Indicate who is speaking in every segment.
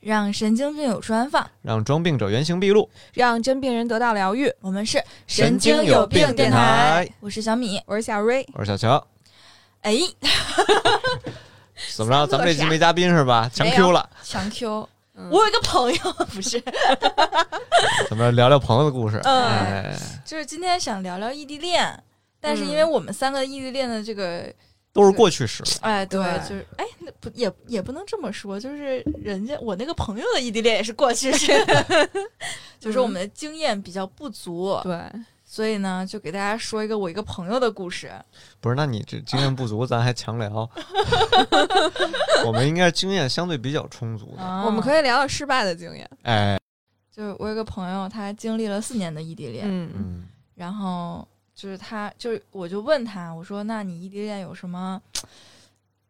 Speaker 1: 让神经病有处安放，
Speaker 2: 让装病者原形毕露。
Speaker 3: 让真病人得到疗愈。
Speaker 1: 我们是
Speaker 2: 神经有病电台，
Speaker 1: 我是小米。
Speaker 3: 我是小瑞，
Speaker 2: 我是小乔，
Speaker 1: 哎，
Speaker 2: 怎么着？咱们这期没嘉宾是吧？强
Speaker 1: 没有
Speaker 2: Q 了，
Speaker 1: 强 Q，
Speaker 3: 嗯
Speaker 1: 我有一个朋友，不是，
Speaker 2: 咱们聊聊朋友的故事。
Speaker 1: 嗯
Speaker 2: 哎，
Speaker 1: 就是今天想聊聊异地恋，但是
Speaker 3: 嗯
Speaker 1: 因为我们三个异地恋的这个，
Speaker 2: 都是过去式了。
Speaker 1: 哎，对，
Speaker 3: 对
Speaker 1: 就是哎，那不也也不能这么说，就是人家我那个朋友的异地恋也是过去式， 就是
Speaker 3: 嗯
Speaker 1: 我们的经验比较不足，
Speaker 3: 对，
Speaker 1: 所以呢，就给大家说一个我一个朋友的故事。
Speaker 2: 不是，那你这经验不足，咱还 强聊。我们应该是经验相对比较充足的。
Speaker 1: 啊
Speaker 3: 我们可以聊聊失败的经验。
Speaker 2: 哎，
Speaker 1: 就是我有个朋友，他经历了四年的异地恋，
Speaker 3: 嗯
Speaker 2: 嗯，
Speaker 1: 然后就是他，就是我就问他，我说：“那你异地恋有什么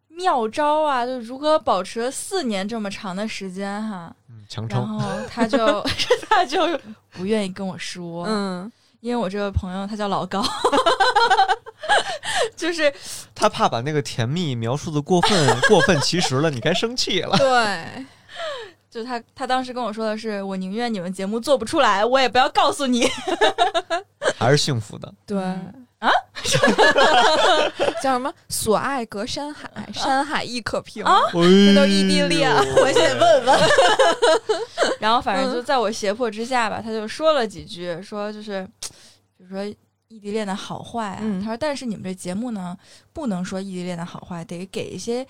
Speaker 1: 妙招啊？就如何保持了四年这么长的时间哈
Speaker 2: 嗯强？”
Speaker 1: 然
Speaker 2: 撑。
Speaker 1: 后他 就他就不愿意跟我说，
Speaker 3: 嗯，
Speaker 1: 因为我这个朋友他叫老 高，就是
Speaker 2: 他怕把那个甜蜜描述的过 分过分其实了，你该生气了。
Speaker 3: 对，
Speaker 1: 就他他当时跟我说的是，我宁愿你们节目做不出来，我也不要告诉你。
Speaker 2: 还是 幸福的，
Speaker 3: 对
Speaker 1: 嗯，
Speaker 2: 啊
Speaker 3: 叫什么？所爱隔山海，山海亦可平。
Speaker 1: 嗯啊
Speaker 2: 这
Speaker 3: 都是异地恋
Speaker 2: 哎
Speaker 1: 我先问问。然后反
Speaker 3: 嗯
Speaker 1: 正就在我胁迫之下吧，他就说了几句，说就是，比如说异地恋的好坏啊。
Speaker 3: 嗯
Speaker 1: 他说，但是你们这节目呢，不能说异地恋的好坏，得给一些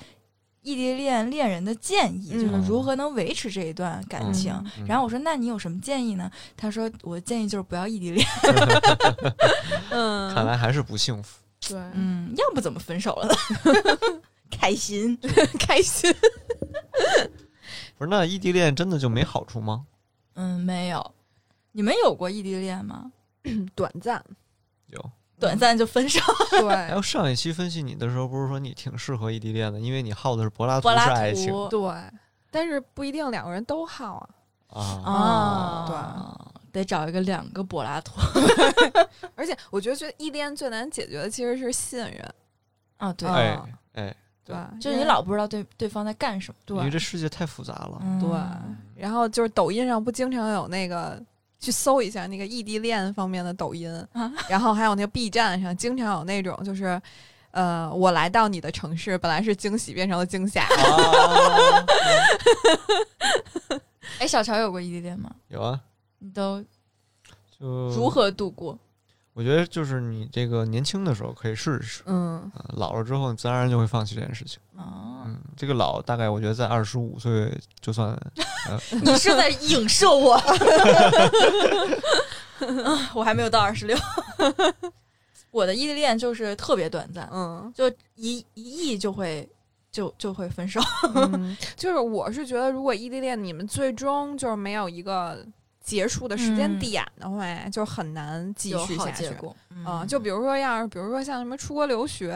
Speaker 1: 异地恋恋人的建议，
Speaker 3: 嗯
Speaker 1: 就是如何能维持这一段感情。
Speaker 2: 嗯
Speaker 1: 然后我说，那你有什么建议呢？他说，我建议就是不要异地恋，
Speaker 3: 嗯，
Speaker 2: 看来还是不幸福。
Speaker 3: 对，
Speaker 1: 嗯，要不怎么分手了呢？ 开心，
Speaker 3: 开心。
Speaker 2: 不是，那异地恋真的就没好处吗？
Speaker 1: 嗯，没有。你们有过异地恋吗？
Speaker 3: 短暂，
Speaker 2: 有。
Speaker 3: 嗯
Speaker 1: 短暂就分手？
Speaker 2: 还
Speaker 3: 对
Speaker 2: 有上一期分析你的时候，不是说你挺适合异地恋的，因为你好的是柏拉图
Speaker 1: 柏
Speaker 2: 式
Speaker 1: 拉
Speaker 2: 爱情
Speaker 1: 图
Speaker 3: 对，但是不一定两个人都好啊。
Speaker 2: 啊，
Speaker 1: 啊，对，得找一个两个柏拉图
Speaker 3: 而且我觉得，觉得异地恋最难解决的其实是信任。
Speaker 1: 啊，对，
Speaker 3: 啊
Speaker 2: 哎哎，
Speaker 3: 对，
Speaker 1: 就是你老不知道对对方在干什么，
Speaker 2: 因
Speaker 3: 对
Speaker 2: 为这世界太复杂了。
Speaker 1: 嗯
Speaker 3: 对，然后就是抖音上不经常有那个去搜一下那个异地恋方面的抖音，
Speaker 1: 啊
Speaker 3: 然后还有那个 B 站上经常有那种就是。呃，我来到你的城市，本来是惊喜，变成了惊吓。
Speaker 2: 啊，
Speaker 1: 哎，小乔有过异地恋吗？
Speaker 2: 有啊，
Speaker 1: 你都
Speaker 2: 就
Speaker 1: 如？何度过？
Speaker 2: 我觉得就是你这个年轻的时候可以试一试，
Speaker 3: 嗯
Speaker 2: 啊老了之后你自然而然就会放弃这件事情。
Speaker 1: 哦，
Speaker 2: 嗯，这个老大概我觉得在二十五岁就算，呃
Speaker 1: 你是在影射 我？啊我还没有到二十 六，我的异地恋就是特别短暂，
Speaker 3: 嗯
Speaker 1: 就一一亿就会就就会分手。
Speaker 3: 嗯，就是我是觉得，如果异地恋你们最终就是没有一个结束的时间
Speaker 1: 嗯
Speaker 3: 点的话，就很难 继
Speaker 1: 有
Speaker 3: 续
Speaker 1: 好
Speaker 3: 下去
Speaker 1: 结。果嗯
Speaker 3: 啊、就比如说，要是比如说像什么出国留学，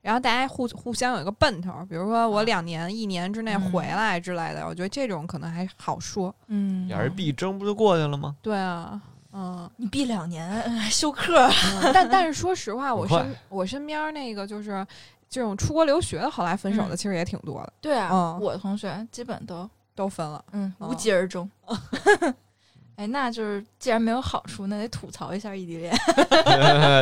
Speaker 3: 然后大家互互相有一个奔头，比如说我两年、一年之内回
Speaker 1: 嗯
Speaker 3: 来之类的，我觉得这种可能还好说。
Speaker 1: 嗯，
Speaker 2: 俩人必争不就过去了吗？
Speaker 3: 对啊，嗯，
Speaker 1: 你毕两年哎休克，
Speaker 3: 嗯但但是说实 话，我
Speaker 2: 很快
Speaker 3: 身我身边儿那个就是这种出国留学的，后来分手的
Speaker 1: 嗯
Speaker 3: 其实也挺多的，
Speaker 1: 对啊，
Speaker 3: 嗯
Speaker 1: 我同学基本都
Speaker 3: 都分了。
Speaker 1: 嗯
Speaker 3: 哦
Speaker 1: 无疾而终。 哎，那就是既然没有好处，那得吐槽一下异地恋。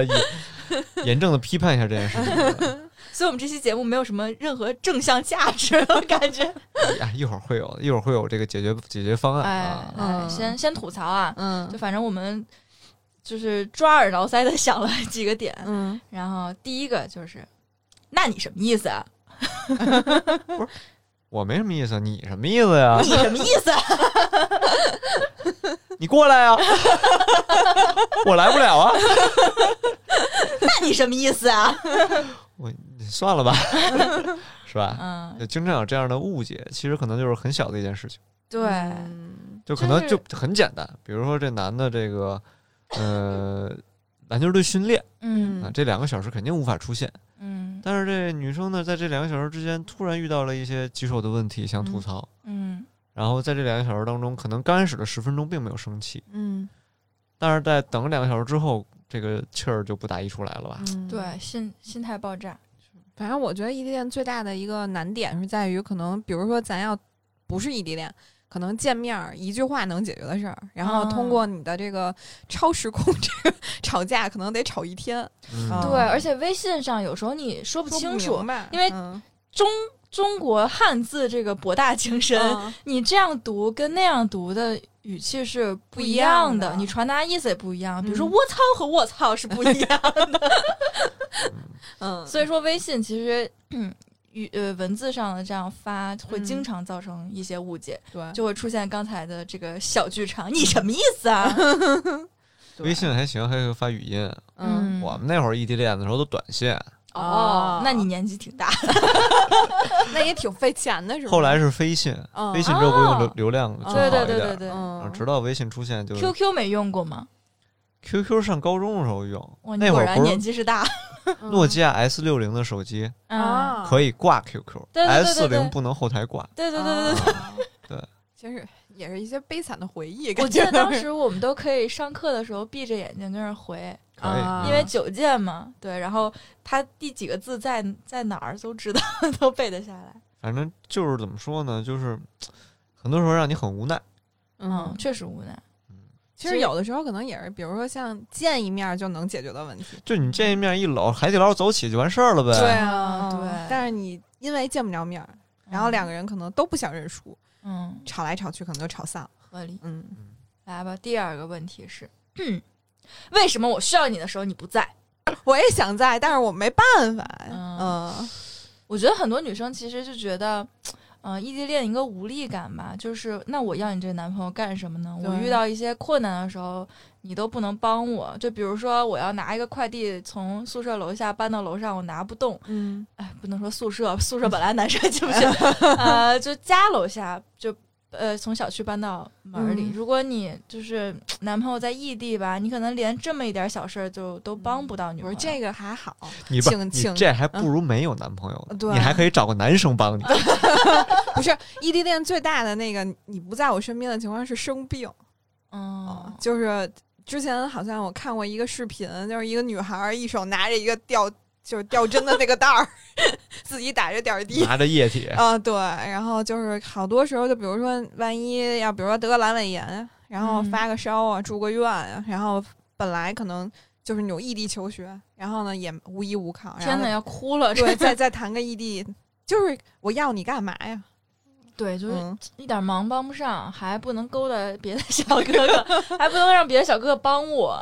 Speaker 2: 严严正的批判一下这 件事情。
Speaker 1: 所以我们这期节目没有什么任何正向价值，我感 觉。
Speaker 2: 哎呀，一会儿会有，一会儿会有这个解决解决方案
Speaker 1: 哎
Speaker 2: 啊，。
Speaker 1: 哎先先吐槽啊，
Speaker 3: 嗯
Speaker 1: 就反正我们就是抓耳挠腮的想了几个点，
Speaker 3: 嗯，
Speaker 1: 然后第一个就是，那你什么意思啊？
Speaker 2: 我没什么意思，你什么意思呀
Speaker 1: 你？什么意思啊？
Speaker 2: 你过来呀！ 我来不了啊！
Speaker 1: 那你什么意思啊？
Speaker 2: 我你算了吧， 是吧？
Speaker 1: 嗯，
Speaker 2: 就经常有这样的误解，其实可能就是很小的一件事情，
Speaker 1: 对，
Speaker 3: 嗯
Speaker 2: 就可能
Speaker 1: 就
Speaker 2: 就是很简单。比如说这男的这个，呃， 篮球队训练啊，
Speaker 1: 嗯
Speaker 2: 这两个小时肯定无法出现，
Speaker 1: 嗯
Speaker 2: 但是这女生呢，在这两个小时之间突然遇到了一些棘手的问题，想吐槽。
Speaker 1: 嗯
Speaker 2: 然后在这两个小时当中，可能刚开始的十分钟并没有生气，
Speaker 3: 嗯
Speaker 2: 但是在等两个小时之后，这个气儿就不打一处来了吧？
Speaker 3: 嗯，
Speaker 1: 对，心心态爆炸。
Speaker 3: 反正我觉得异地恋最大的一个难点是在于，可能比如说咱要不是异地恋，可能见面儿一句话能解决的事儿，然后
Speaker 1: 啊
Speaker 3: 通过你的这个超时空 这个吵架，可能得吵一天，
Speaker 2: 嗯
Speaker 3: 啊
Speaker 1: 对，而且微信上有时候你说不
Speaker 3: 说
Speaker 1: 清
Speaker 3: 明
Speaker 1: 楚，
Speaker 3: 白，
Speaker 1: 因为
Speaker 3: 嗯
Speaker 1: 中国汉字这个博大精深，
Speaker 3: 嗯
Speaker 1: 你这样读跟那样读的语气是不一
Speaker 3: 不一样
Speaker 1: 的，
Speaker 3: 的
Speaker 1: 你传达意思也不一样。比如说“
Speaker 3: 嗯
Speaker 1: 我操”和“我操”是不一样的，
Speaker 3: 嗯，
Speaker 1: 所以说微信其实。嗯语呃，文字上的这样发会
Speaker 3: 嗯
Speaker 1: 经常造成一些误解，
Speaker 3: 对，
Speaker 1: 就会出现刚才的这个小剧场。你什么意思啊？
Speaker 3: 对
Speaker 2: 微信还行，还有发语音。
Speaker 3: 嗯
Speaker 2: 我们那会儿异地恋的时候都短信，
Speaker 1: 哦，那你年纪挺大。
Speaker 3: 那也挺费钱的，是吧？
Speaker 2: 后来是飞信，
Speaker 3: 嗯
Speaker 2: 微信之后不用流
Speaker 1: 哦
Speaker 2: 流量更好一
Speaker 1: 对
Speaker 2: 点。
Speaker 1: 对对对对
Speaker 2: 然后
Speaker 3: 嗯，
Speaker 2: 直到微信出现，就是
Speaker 1: QQ 没用过吗？
Speaker 2: QQ 上高中的时候用
Speaker 1: 哇，，你
Speaker 2: 那会
Speaker 1: 果
Speaker 2: 儿
Speaker 1: 然
Speaker 2: 不
Speaker 1: 年
Speaker 2: 是
Speaker 1: 纪是大
Speaker 3: 嗯
Speaker 2: 诺基亚 S 六零的手机
Speaker 1: 啊！
Speaker 2: 可以挂 QQ，
Speaker 1: 对对对
Speaker 2: S 四
Speaker 1: 对
Speaker 2: 零
Speaker 1: 对
Speaker 2: 不能后台挂。
Speaker 1: 对对对对对，
Speaker 3: 对
Speaker 2: 哦对，
Speaker 3: 其实也是一些悲惨的回忆，
Speaker 1: 我
Speaker 3: 感
Speaker 1: 记得当
Speaker 3: 是
Speaker 1: 时我们都可以上课的时候闭着眼睛跟那儿回，
Speaker 2: 可
Speaker 3: 啊
Speaker 2: 以，嗯
Speaker 1: 因为九键嘛，对，然后它第几个字在在哪儿都知道， 都背得下来。
Speaker 2: 反正就是怎么说呢，就是很多时候让你很无奈。
Speaker 1: 嗯，
Speaker 3: 嗯，
Speaker 1: 确实无奈。
Speaker 3: 其实有的时候可能也是，比如说像见一面就能解决的问题，
Speaker 2: 就你见一面一搂，海底捞走起就完事儿了呗。
Speaker 3: 啊，
Speaker 1: 嗯对
Speaker 3: 嗯但是你因为见不着面儿，然后两个
Speaker 1: 人，
Speaker 3: 人可能都不想认输，
Speaker 1: 嗯，
Speaker 3: 吵来吵去可能就吵散了。
Speaker 1: 合理。
Speaker 3: 嗯，
Speaker 1: 来吧，第二个问题是， 为什么我需要你的时候你不在？
Speaker 3: 我也想在，但是我没办法。
Speaker 1: 嗯
Speaker 3: 嗯
Speaker 1: 我觉得很多女生其实就觉得，呃，异地恋一个无力感吧，就是那我要你这男朋友干什么呢？我
Speaker 3: 对
Speaker 1: 遇到一些困难的时候，你都不能帮我。就比如说，我要拿一个快递从宿舍楼下搬到楼上，我拿不动。
Speaker 3: 嗯
Speaker 1: 哎，不能说宿舍，宿舍本来男生进不去， 呃，就家楼下就。呃，从小区搬到门儿里，
Speaker 3: 嗯
Speaker 1: 如果你就是男朋友在异地吧，你可能连这么一点小事儿就都帮不到女
Speaker 3: 我
Speaker 1: 朋
Speaker 3: 说
Speaker 1: 友。
Speaker 3: 嗯这个还好，
Speaker 2: 你不，
Speaker 3: 请
Speaker 2: 你
Speaker 3: 请
Speaker 2: 这还
Speaker 1: 嗯
Speaker 2: 不如没有男朋友
Speaker 3: 嗯
Speaker 2: 呢，
Speaker 3: 对
Speaker 2: 你还可以找个男生 帮你。
Speaker 3: 不是异地恋最大的那个，你不在我身边的情况是生病，
Speaker 1: 嗯，
Speaker 3: 就是之前好像我看过一个视频，就是一个女孩儿一手拿着一个吊就是吊针的那个袋儿， 自己打着点儿滴，
Speaker 2: 拿着液 体，
Speaker 3: 啊、对，然后就是好多时候，就比如说，万一要比如说得个阑尾炎，然后
Speaker 1: 嗯
Speaker 3: 发个烧啊，住个院啊，然后本来可能就是你有异地求学，然后呢也无依无靠，
Speaker 1: 天哪，
Speaker 3: 哪，
Speaker 1: 要哭了！
Speaker 3: 对，
Speaker 1: 这
Speaker 3: 再再谈个异地，就是我要你干嘛呀？
Speaker 1: 对，就是
Speaker 3: 嗯，
Speaker 1: 一点忙帮不上，还不能勾搭别的小哥 哥，还不能让别的小哥哥帮我。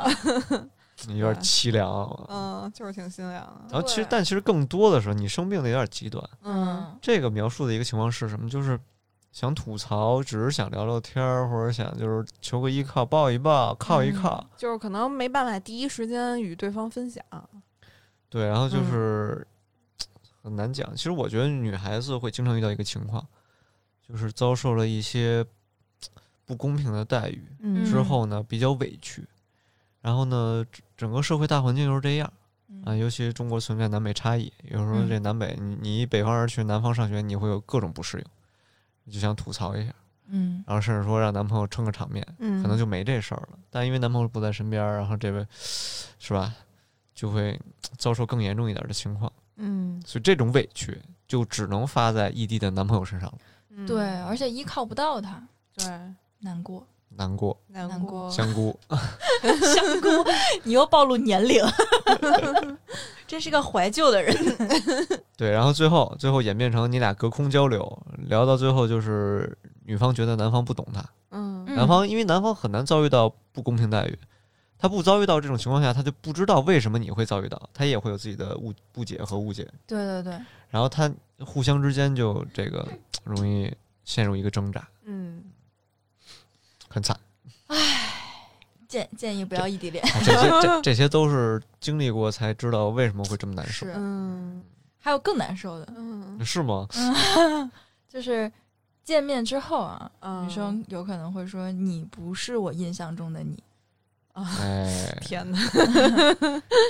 Speaker 2: 有点凄凉 啊。
Speaker 3: 嗯，就是挺心凉的，
Speaker 2: 然后其实
Speaker 1: 对，
Speaker 2: 但其实更多的时候，你生病的有点极端。
Speaker 3: 嗯
Speaker 1: 嗯
Speaker 2: 这个描述的一个情况是什么？就是想吐槽，只是想聊聊天儿，或者想就是求个依靠，抱一抱，靠一靠。
Speaker 3: 就是可能没办法第一时间与对方分享，
Speaker 2: 对，然后就是很难讲。其实我觉得女孩子会经常遇到一个情况，就是遭受了一些不公平的待遇
Speaker 3: 嗯
Speaker 2: 之后呢，比较委屈。然后呢，整整个社会大环境又是这样啊，
Speaker 1: 嗯
Speaker 2: 尤其中国存在南北差异，有时候
Speaker 1: 嗯
Speaker 2: 这南北，你你一北方人去南方上学，你会有各种不适应，你就想吐槽一下，
Speaker 1: 嗯，
Speaker 2: 然后甚至说让男朋友撑个场面，
Speaker 3: 嗯，
Speaker 2: 可能就没这事儿了。但因为男朋友不在身边儿，然后这位是吧，就会遭受更严重一点儿的情况。
Speaker 3: 嗯，
Speaker 2: 所以这种委屈就只能发在异地的男朋友身上了，
Speaker 3: 嗯
Speaker 1: 对，而且依靠不到他，
Speaker 3: 对，
Speaker 1: 难过。
Speaker 2: 难过，
Speaker 3: 难
Speaker 1: 难
Speaker 3: 过
Speaker 1: 过，
Speaker 2: 香菇，
Speaker 1: 你又暴露年龄， 真是个怀旧的人。
Speaker 2: 对，然后最后最后演变成你俩隔空交流，聊到最后就是女方觉得男方不懂她，
Speaker 3: 嗯
Speaker 1: 嗯
Speaker 2: 男方因为男方很难遭遇到不公平待遇，他不遭遇到这种情况下，他就不知道为什么你会遭遇到，他也会有自己的误误解和误解，
Speaker 1: 对对对，
Speaker 2: 然后他互相之间就这个容易陷入一个挣扎，
Speaker 3: 嗯，
Speaker 2: 很惨。
Speaker 1: 建建议不要异地恋。
Speaker 2: 啊这些这这些都是经历过才知道为什么会这么难受，
Speaker 1: 是
Speaker 3: 嗯
Speaker 1: 还有更难受的，
Speaker 3: 嗯
Speaker 2: 是吗？
Speaker 1: 就是见面之后啊，
Speaker 3: 嗯，
Speaker 1: 女生有可能会说你不是我印象中的你。
Speaker 2: 哎，
Speaker 3: 天哪，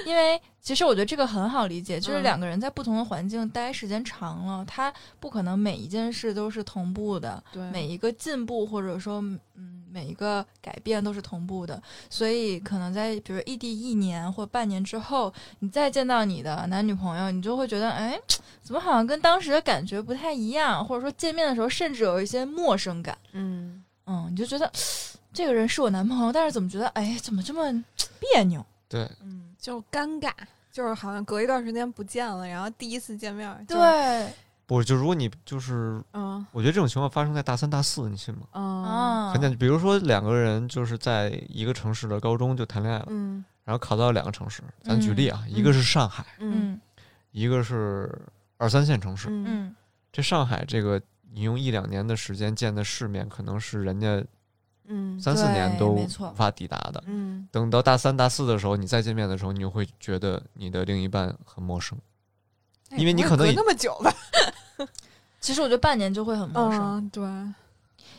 Speaker 1: 因为其实我觉得这个很好理解，就是
Speaker 3: 嗯
Speaker 1: 两个人在不同的环境待时间长了，他不可能每一件事都是同步的，
Speaker 3: 对
Speaker 1: 每一个进步或者说嗯每一个改变都是同步的，所以可能在比如异地一年或半年之后，你再见到你的男女朋友，你就会觉得哎，怎么好像跟当时的感觉不太一样，或者说见面的时候甚至有一些陌生感，
Speaker 3: 嗯，
Speaker 1: 嗯，你就觉得这个人是我男朋友，但是怎么觉得哎怎么这么别扭？
Speaker 2: 对，
Speaker 1: 嗯，
Speaker 3: 就尴尬，就是好像隔一段时间不见了，然后第一次见面儿，就是，
Speaker 1: 对，
Speaker 2: 不就如果你就是，
Speaker 3: 嗯
Speaker 2: 我觉得这种情况发生在大三大四，你信吗？
Speaker 3: 嗯
Speaker 1: 啊，
Speaker 2: 很简单，比如说两个人就是在一个城市的高中就谈恋爱了，
Speaker 3: 嗯
Speaker 2: 然后考到两个城市，咱举
Speaker 1: 嗯
Speaker 2: 例啊，一个是上海，
Speaker 3: 嗯
Speaker 1: 嗯
Speaker 2: 一个是二三线城市。
Speaker 3: 嗯
Speaker 1: 嗯
Speaker 2: 这上海这个，你用一两年的时间见的世面，可能是人家
Speaker 3: 嗯
Speaker 2: 三四年
Speaker 1: 对
Speaker 2: 都
Speaker 1: 没
Speaker 2: 无
Speaker 1: 错
Speaker 2: 法抵达的。
Speaker 3: 嗯
Speaker 2: 等到大三、大四的时候，你再见面的时候，你就会觉得你的另一半很陌生。
Speaker 3: 哎
Speaker 2: 因为你
Speaker 3: 不会
Speaker 2: 可能
Speaker 3: 隔
Speaker 2: 已
Speaker 3: 那么久吧，
Speaker 1: 其实我觉得半年就会很陌生，
Speaker 3: 嗯，对，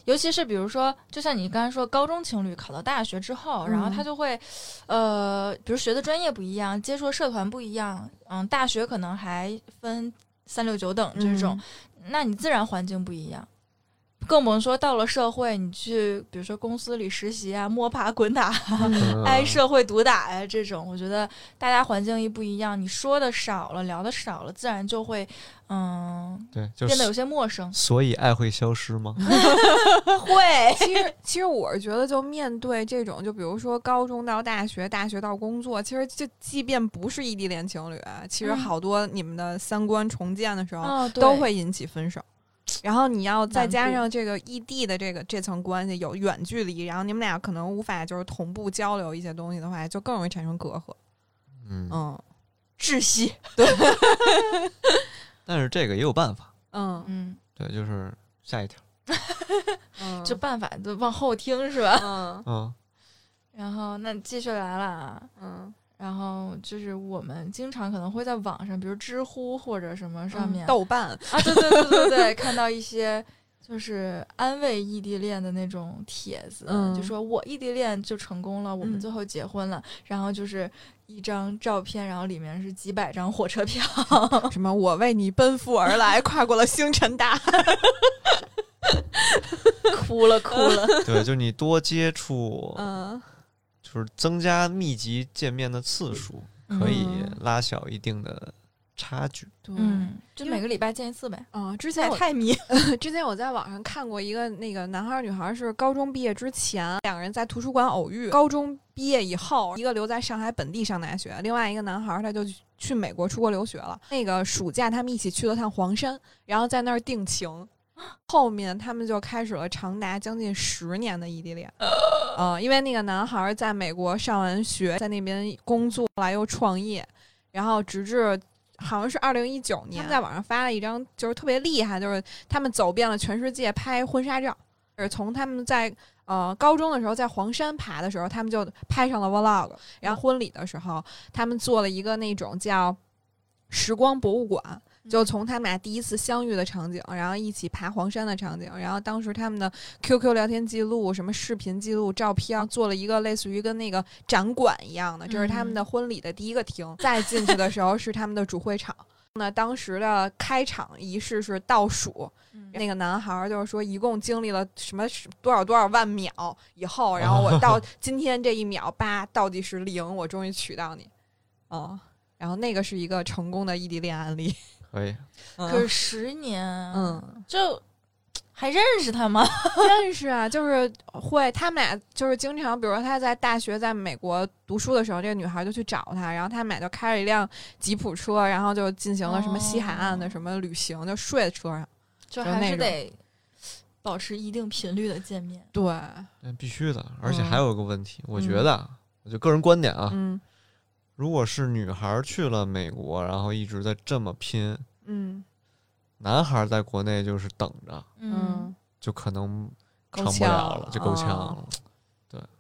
Speaker 1: 尤其是比如说，就像你刚才说，高中情侣考到大学之后，
Speaker 3: 嗯
Speaker 1: 然后他就会，呃，比如学的专业不一样，接触的社团不一样，嗯，大学可能还分三六九等这
Speaker 3: 嗯
Speaker 1: 种，那你自然环境不一样。更甭说到了社会，你去比如说公司里实习啊，摸爬滚打，
Speaker 3: 嗯，
Speaker 2: 嗯
Speaker 1: 挨社会毒打呀、这种，我觉得大家环境一不一样，你说的少了，聊的少了，自然就会，嗯，
Speaker 2: 对，就
Speaker 1: 变得有
Speaker 2: 是
Speaker 1: 些陌生。
Speaker 2: 所以爱会消失吗？
Speaker 1: 会，
Speaker 3: 其实，其实我是觉得，就面对这种，就比如说高中到大学，大学到工作，其实就即便不是异地恋情侣，啊其实
Speaker 1: 嗯
Speaker 3: 好多你们的三观重建的时候，
Speaker 1: 哦，对
Speaker 3: 都会引起分手。然后你要再
Speaker 1: 难
Speaker 3: 加
Speaker 1: 度
Speaker 3: 上这个异地的这个这层关系有远距离，然后你们俩可能无法就是同步交流一些东西的话，就更容易产生隔阂。
Speaker 2: 嗯，
Speaker 3: 嗯
Speaker 1: 窒息。
Speaker 2: 但是这个也有办法，
Speaker 3: 嗯
Speaker 1: 嗯，
Speaker 2: 对，就是下一条。
Speaker 3: 嗯，
Speaker 1: 这办法都往后听是吧？
Speaker 3: 嗯
Speaker 2: 嗯，
Speaker 1: 然后那继续来了啊，
Speaker 3: 嗯
Speaker 1: 然后就是我们经常可能会在网上，比如知乎或者什么上面、
Speaker 3: 嗯豆 瓣，
Speaker 1: 啊，对对对对对，看到一些就是安慰异地恋的那种帖子，
Speaker 3: 嗯
Speaker 1: 就说我异地恋就成功了，我们
Speaker 3: 嗯
Speaker 1: 最后结婚了，然后就是一张照片，然后里面是几百张火车票，
Speaker 3: 什么我为你奔赴而来，跨过了星辰大海。
Speaker 1: 哭了哭 了，
Speaker 2: 嗯对，就是你多接触，
Speaker 3: 嗯
Speaker 2: 就是增加密集见面的次数，可以
Speaker 3: 嗯
Speaker 2: 拉小一定的差距。
Speaker 3: 对
Speaker 1: 嗯，嗯，就
Speaker 3: 因为
Speaker 1: 每个礼拜见一次呗，
Speaker 3: 嗯，
Speaker 1: 这
Speaker 3: 之前
Speaker 1: 也
Speaker 3: 我
Speaker 1: 太迷，
Speaker 3: 之前我在网上看过一个那个男孩儿女孩儿是高中毕业之前两个人在图书馆偶遇，高中毕业以后，一个留在上海本地上大学，另外一个男孩儿他就去美国出国留学了。那个暑假他们一起去了趟黄山，然后在那儿定情。后面他们就开始了长达将近十年的异地恋，呃，因为那个男孩儿在美国上完学，在那边工作，后来又创业，然后直至好像是二零一九年，他们在网上发了一张就是特别厉害，就是他们走遍了全世界拍婚纱照，是从他们在呃高中的时候在黄山爬的时候，他们就拍上了 vlog，然后婚礼的时候，他们做了一个那种叫时光博物馆。
Speaker 1: 嗯
Speaker 3: 就从他们俩第一次相遇的场景，然后一起爬黄山的场景，然后当时他们的 QQ 聊天记录、什么视频记录、照片，做了一个类似于跟那个展馆一样的，这是他们的婚礼的第一个厅。再进去的时候是他们的主会场。那当时的开场仪式是倒数，
Speaker 1: 嗯
Speaker 3: 那个男孩儿就是说，一共经历了什么是多少多少万秒以后，然后 我到今天这一秒八倒计时零，我终于娶到你，哦，然后那个是一个成功的异地恋案例，
Speaker 2: 可以，
Speaker 1: 可是十年，
Speaker 3: 嗯，
Speaker 1: 就还认识他 吗？
Speaker 3: 认识啊，就是会他们俩就是经常，比如说他在大学在美国读书的时候，这个女孩就去找他，然后他们俩就开着一辆吉普车，然后就进行了什么西海岸的什么旅行，就睡在车上，
Speaker 1: 就
Speaker 3: 就
Speaker 1: 还
Speaker 3: 那
Speaker 1: 是
Speaker 3: 种
Speaker 1: 得保持一定频率的见面。
Speaker 3: 对，
Speaker 2: 那必须的。而且
Speaker 3: 嗯
Speaker 2: 还有一个问题，我觉
Speaker 3: 嗯
Speaker 2: 得啊，我就个人观点啊，
Speaker 3: 嗯
Speaker 2: 如果是女孩儿去了美国，然后一直在这么拼，
Speaker 3: 嗯
Speaker 2: 男孩儿在国内就是等着，
Speaker 3: 嗯，，
Speaker 2: 就可能
Speaker 3: 够
Speaker 2: 成不
Speaker 3: 呛
Speaker 2: 了了，就够呛
Speaker 1: 哦
Speaker 3: 啊
Speaker 2: 了。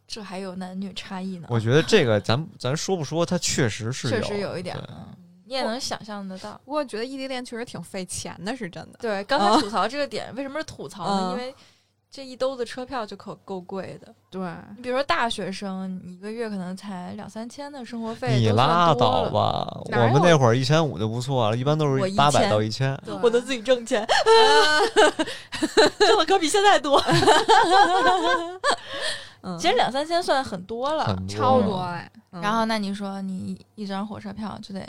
Speaker 1: 这还有男女差异呢。
Speaker 2: 我觉得这个咱咱说不说，它确实是
Speaker 1: 确实有一
Speaker 2: 对
Speaker 1: 点儿，嗯，你也能想象得 到。啊
Speaker 3: 不过觉得异地恋确实挺费钱的，是真的。
Speaker 1: 对，刚才吐槽这个点，为什么是吐槽呢？
Speaker 3: 嗯
Speaker 1: 因为这一兜子车票就可够贵的。
Speaker 3: 对，
Speaker 1: 你比如说大学生，你一个月可能才两三千的生活费，
Speaker 2: 你
Speaker 1: 都算
Speaker 2: 拉
Speaker 1: 多
Speaker 2: 倒
Speaker 1: 了。
Speaker 2: 吧，
Speaker 3: 哪
Speaker 2: 我们
Speaker 3: 有
Speaker 2: 那会儿一千五就不错了，一般都
Speaker 1: 我
Speaker 2: 是
Speaker 1: 一
Speaker 2: 八百
Speaker 1: 千
Speaker 2: 到一千。
Speaker 3: 对
Speaker 1: 我都自己挣 钱，挣的可比现在多。
Speaker 3: 嗯，
Speaker 1: 其实两三千算很多了，
Speaker 2: 很多
Speaker 3: 超
Speaker 2: 了
Speaker 3: 多了。嗯
Speaker 1: 然后，那你说你一张火车票就得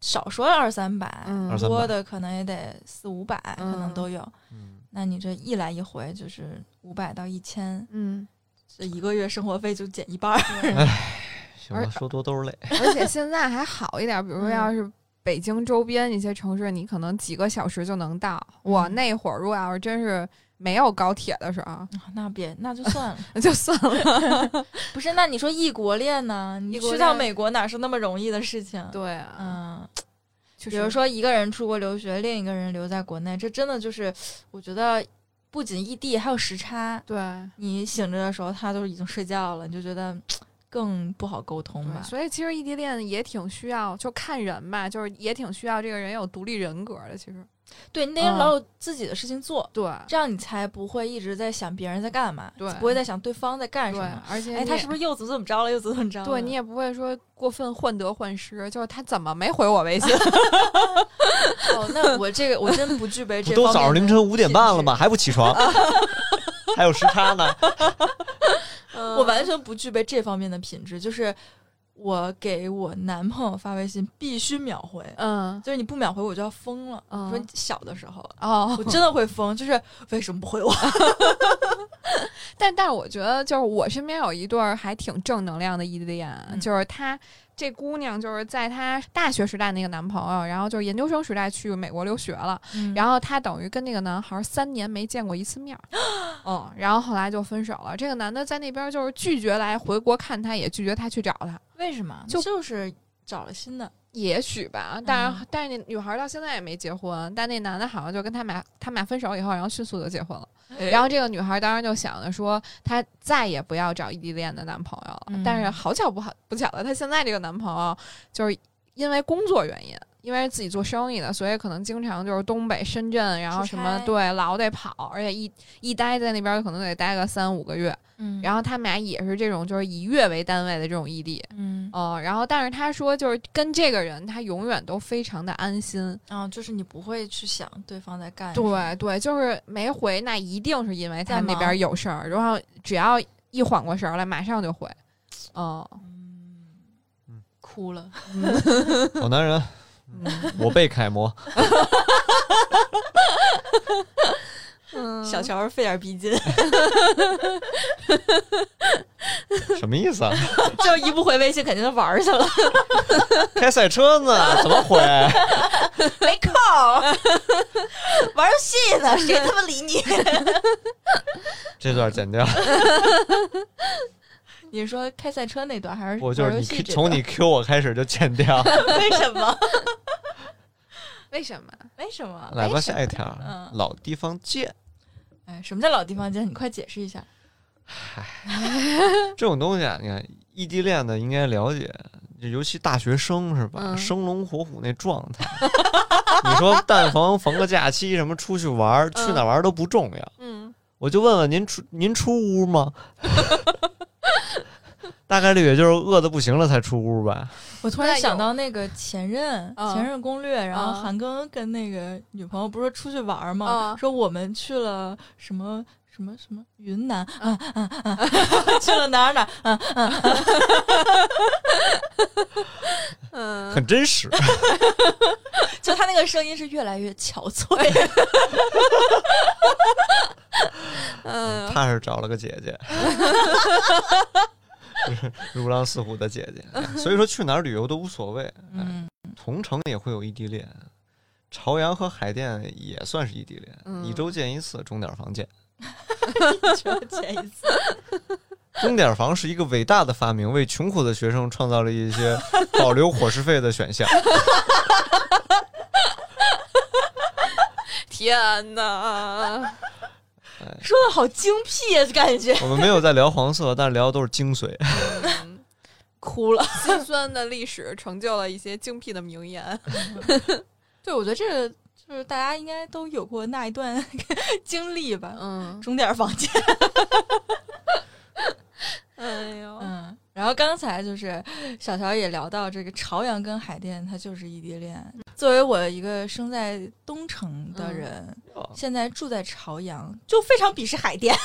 Speaker 1: 少说二三百，
Speaker 3: 嗯
Speaker 2: 二三
Speaker 1: 多
Speaker 2: 百
Speaker 1: 的可能也得四五百，可能
Speaker 3: 嗯
Speaker 1: 都有。
Speaker 2: 嗯，
Speaker 1: 那你这一来一回就是五百到一千，
Speaker 3: 嗯，
Speaker 1: 这一个月生活费就减一半儿。 啊
Speaker 2: 行
Speaker 3: 而
Speaker 2: 吧，说多都是泪。
Speaker 3: 而且现在还好一点，比如说
Speaker 1: 嗯
Speaker 3: 要是北京周边一些城市，你可能几个小时就能到。我
Speaker 1: 嗯
Speaker 3: 那会儿如果要是真是没有高铁的时候，
Speaker 1: 那别那就算了，
Speaker 3: 那就算了。
Speaker 1: 不是？那你说异国恋呢？你
Speaker 3: 异国
Speaker 1: 去到
Speaker 3: 恋
Speaker 1: 美国哪是那么容易的事情？
Speaker 3: 对啊，
Speaker 1: 嗯，
Speaker 3: 就
Speaker 1: 比如说一个人出国留学，另一个人留在国内，这真的就是我觉得不仅异地，还有时差。
Speaker 3: 对。
Speaker 1: 你醒着的时候，他都已经睡觉了，你就觉得更不好沟通吧
Speaker 3: 对，？所以其实异地恋也挺需要，就看人吧，就是也挺需要这个人有独立人格的。其实，
Speaker 1: 对你得
Speaker 3: 嗯
Speaker 1: 老有自己的事情做，
Speaker 3: 对
Speaker 1: 这样你才不会一直在想别人在干嘛，
Speaker 3: 对
Speaker 1: 不会在想对方在干什
Speaker 3: 对
Speaker 1: 么。，
Speaker 3: 而且
Speaker 1: 哎，
Speaker 3: 你
Speaker 1: 他
Speaker 3: 也
Speaker 1: 是不是又怎么怎么着了？又怎么怎么着了？
Speaker 3: 对你也不会说过分患得患失，就是他怎么没回我微信？
Speaker 1: 哦，那我这个我真不具备
Speaker 2: 不
Speaker 1: 这。
Speaker 2: 都早上凌晨五点半了吗？？还不起 床，还有时差呢。
Speaker 1: 我完全不具备这方面的品质，就是我给我男朋友发微信必须秒回，呃
Speaker 3: 嗯
Speaker 1: 就是你不秒回我就要疯了。
Speaker 3: 嗯
Speaker 1: 我说小的时候，
Speaker 3: 哦
Speaker 1: 我，真的会疯，就是为什么不回我？
Speaker 3: 但但是我觉得，就是我身边有一对儿还挺正能量的异地恋，
Speaker 1: 嗯
Speaker 3: 就是她这姑娘就是在她大学时代那个男朋友，然后就是研究生时代去美国留学了，
Speaker 1: 嗯
Speaker 3: 然后她等于跟那个男孩儿三年没见过一 次面儿，嗯，然后后来就分手了。这个男的在那边就是拒绝来回国看她，也拒绝她去找他。
Speaker 1: 为什么？
Speaker 3: 就
Speaker 1: 就是找了新的，
Speaker 3: 也许吧，但
Speaker 1: 嗯
Speaker 3: 是、但是那女孩儿到现在也没结婚，但那男的好像就跟他们俩他们俩分手以后，然后迅速就结婚了。
Speaker 1: 哎
Speaker 3: 然后这个女孩当然就想着说，她再也不要找异地恋的男朋友了。
Speaker 1: 嗯
Speaker 3: 但是好巧不好不巧的，她现在这个男朋友就是因为工作原因，因为自己做生意的，所以可能经常就是东北、深圳，然后什么
Speaker 1: 出差
Speaker 3: 对老得跑，而且一一待在那边可能得待个三五个月。
Speaker 1: 嗯
Speaker 3: 然后他们俩也是这种就是以月为单位的这种异地。
Speaker 1: 嗯，
Speaker 3: 哦，然后但是她说，就是跟这个人，她永远都非常的安心。
Speaker 1: 然后嗯就是你不会去想对方在干什么，
Speaker 3: 对对，就是没回，那一定是因为他
Speaker 1: 在
Speaker 3: 那边
Speaker 1: 忙
Speaker 3: 有事儿，然后只要一缓过神儿来，马上就回。哦，
Speaker 1: 嗯
Speaker 2: 嗯，
Speaker 1: 哭了，
Speaker 2: 好男人，
Speaker 3: 嗯
Speaker 2: 我被楷模。
Speaker 3: 嗯
Speaker 1: 小乔儿费点逼劲，
Speaker 2: 什么意思啊？
Speaker 1: 就一不回微信肯定就玩儿去了，
Speaker 2: 开赛车呢？怎么回？
Speaker 1: 没空儿 玩儿游戏 呢，谁他妈理你？
Speaker 2: 这段剪掉。
Speaker 1: 你说开赛车那段还是
Speaker 2: 我就
Speaker 1: 玩
Speaker 2: 是
Speaker 1: 游
Speaker 2: 你
Speaker 1: 戏
Speaker 2: Q-
Speaker 1: 这
Speaker 2: 从
Speaker 1: 段
Speaker 2: 你 Q 我开始就剪掉。
Speaker 1: 为什么？
Speaker 3: 为什么？
Speaker 1: 为什么？
Speaker 2: 来吧，下一条
Speaker 1: 嗯，
Speaker 2: 老地方见。
Speaker 1: 哎，什么叫老地方见？你快解释一下。
Speaker 2: 这种东西啊，你看异地恋的应该了解，就尤其大学生是吧？
Speaker 3: 嗯
Speaker 2: 生龙活虎那状态， 你说但凡逢个假期什么出去玩儿，去哪儿玩儿都不重要。
Speaker 3: 嗯，
Speaker 2: 我就问问您出您出屋吗？ 大概率也就是饿的不行了才出屋吧。
Speaker 1: 我突然想到那嗯个前任，
Speaker 3: 嗯
Speaker 1: 前任攻略，然后韩庚跟那个女朋友不是出去玩儿吗？
Speaker 3: 嗯
Speaker 1: 说我们去了什么什么什么云南，啊啊啊， 去了哪儿哪儿，嗯、
Speaker 3: 嗯，
Speaker 2: 很真实，
Speaker 1: 就他那个声音是越来越憔 悴。
Speaker 3: 嗯，
Speaker 2: 怕是找了个姐 姐，如狼似虎的姐姐。哎所以说去哪儿旅游都无所谓，
Speaker 1: 嗯，
Speaker 2: 同城也会有异地恋，朝阳和海淀也算是异地恋，
Speaker 3: 嗯
Speaker 2: 一周见一次，钟点房见。
Speaker 1: 就这一次，
Speaker 2: 钟点房是一个伟大的发明，为穷苦的学生创造了一 些保留伙食费的选项。
Speaker 3: 天 哪！
Speaker 1: 说的好精辟啊，感觉
Speaker 2: 我们没有在聊黄色，但聊的都是精髓。
Speaker 3: 嗯
Speaker 1: 哭了。
Speaker 3: 辛酸的历史成就了一些精辟的名言。
Speaker 1: 对，我觉得这个就是大家应该都有过那一段 经历吧。
Speaker 3: 嗯
Speaker 1: 钟点房间，
Speaker 3: 哎呦
Speaker 1: 嗯，然后刚才就是小乔也聊到这个朝阳跟海淀，它就是异地恋。作为我一个生在东城的人，
Speaker 2: 哦
Speaker 1: 现在住在朝阳，就非常鄙视海淀。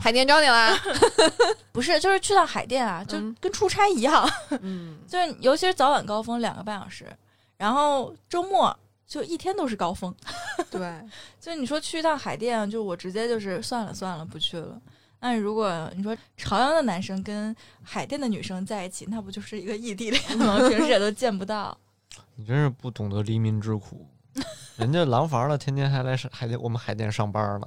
Speaker 3: 海淀招你啦。
Speaker 1: 不是，就是去趟海淀啊，就
Speaker 3: 嗯
Speaker 1: 跟出差一样，
Speaker 3: 嗯，
Speaker 1: 就是尤其是早晚高峰两个半小时，然后周末就一天都是高峰。
Speaker 3: 对，
Speaker 1: 就你说去一趟海淀，就我直接就是算了算了，不去了。那如果你说朝阳的男生跟海淀的女生在一起，那不就是一个异地恋 吗？平时也都见不到。
Speaker 2: 你真是不懂得黎民之苦，人家廊坊了，天天还来上海淀我们海淀上班呢，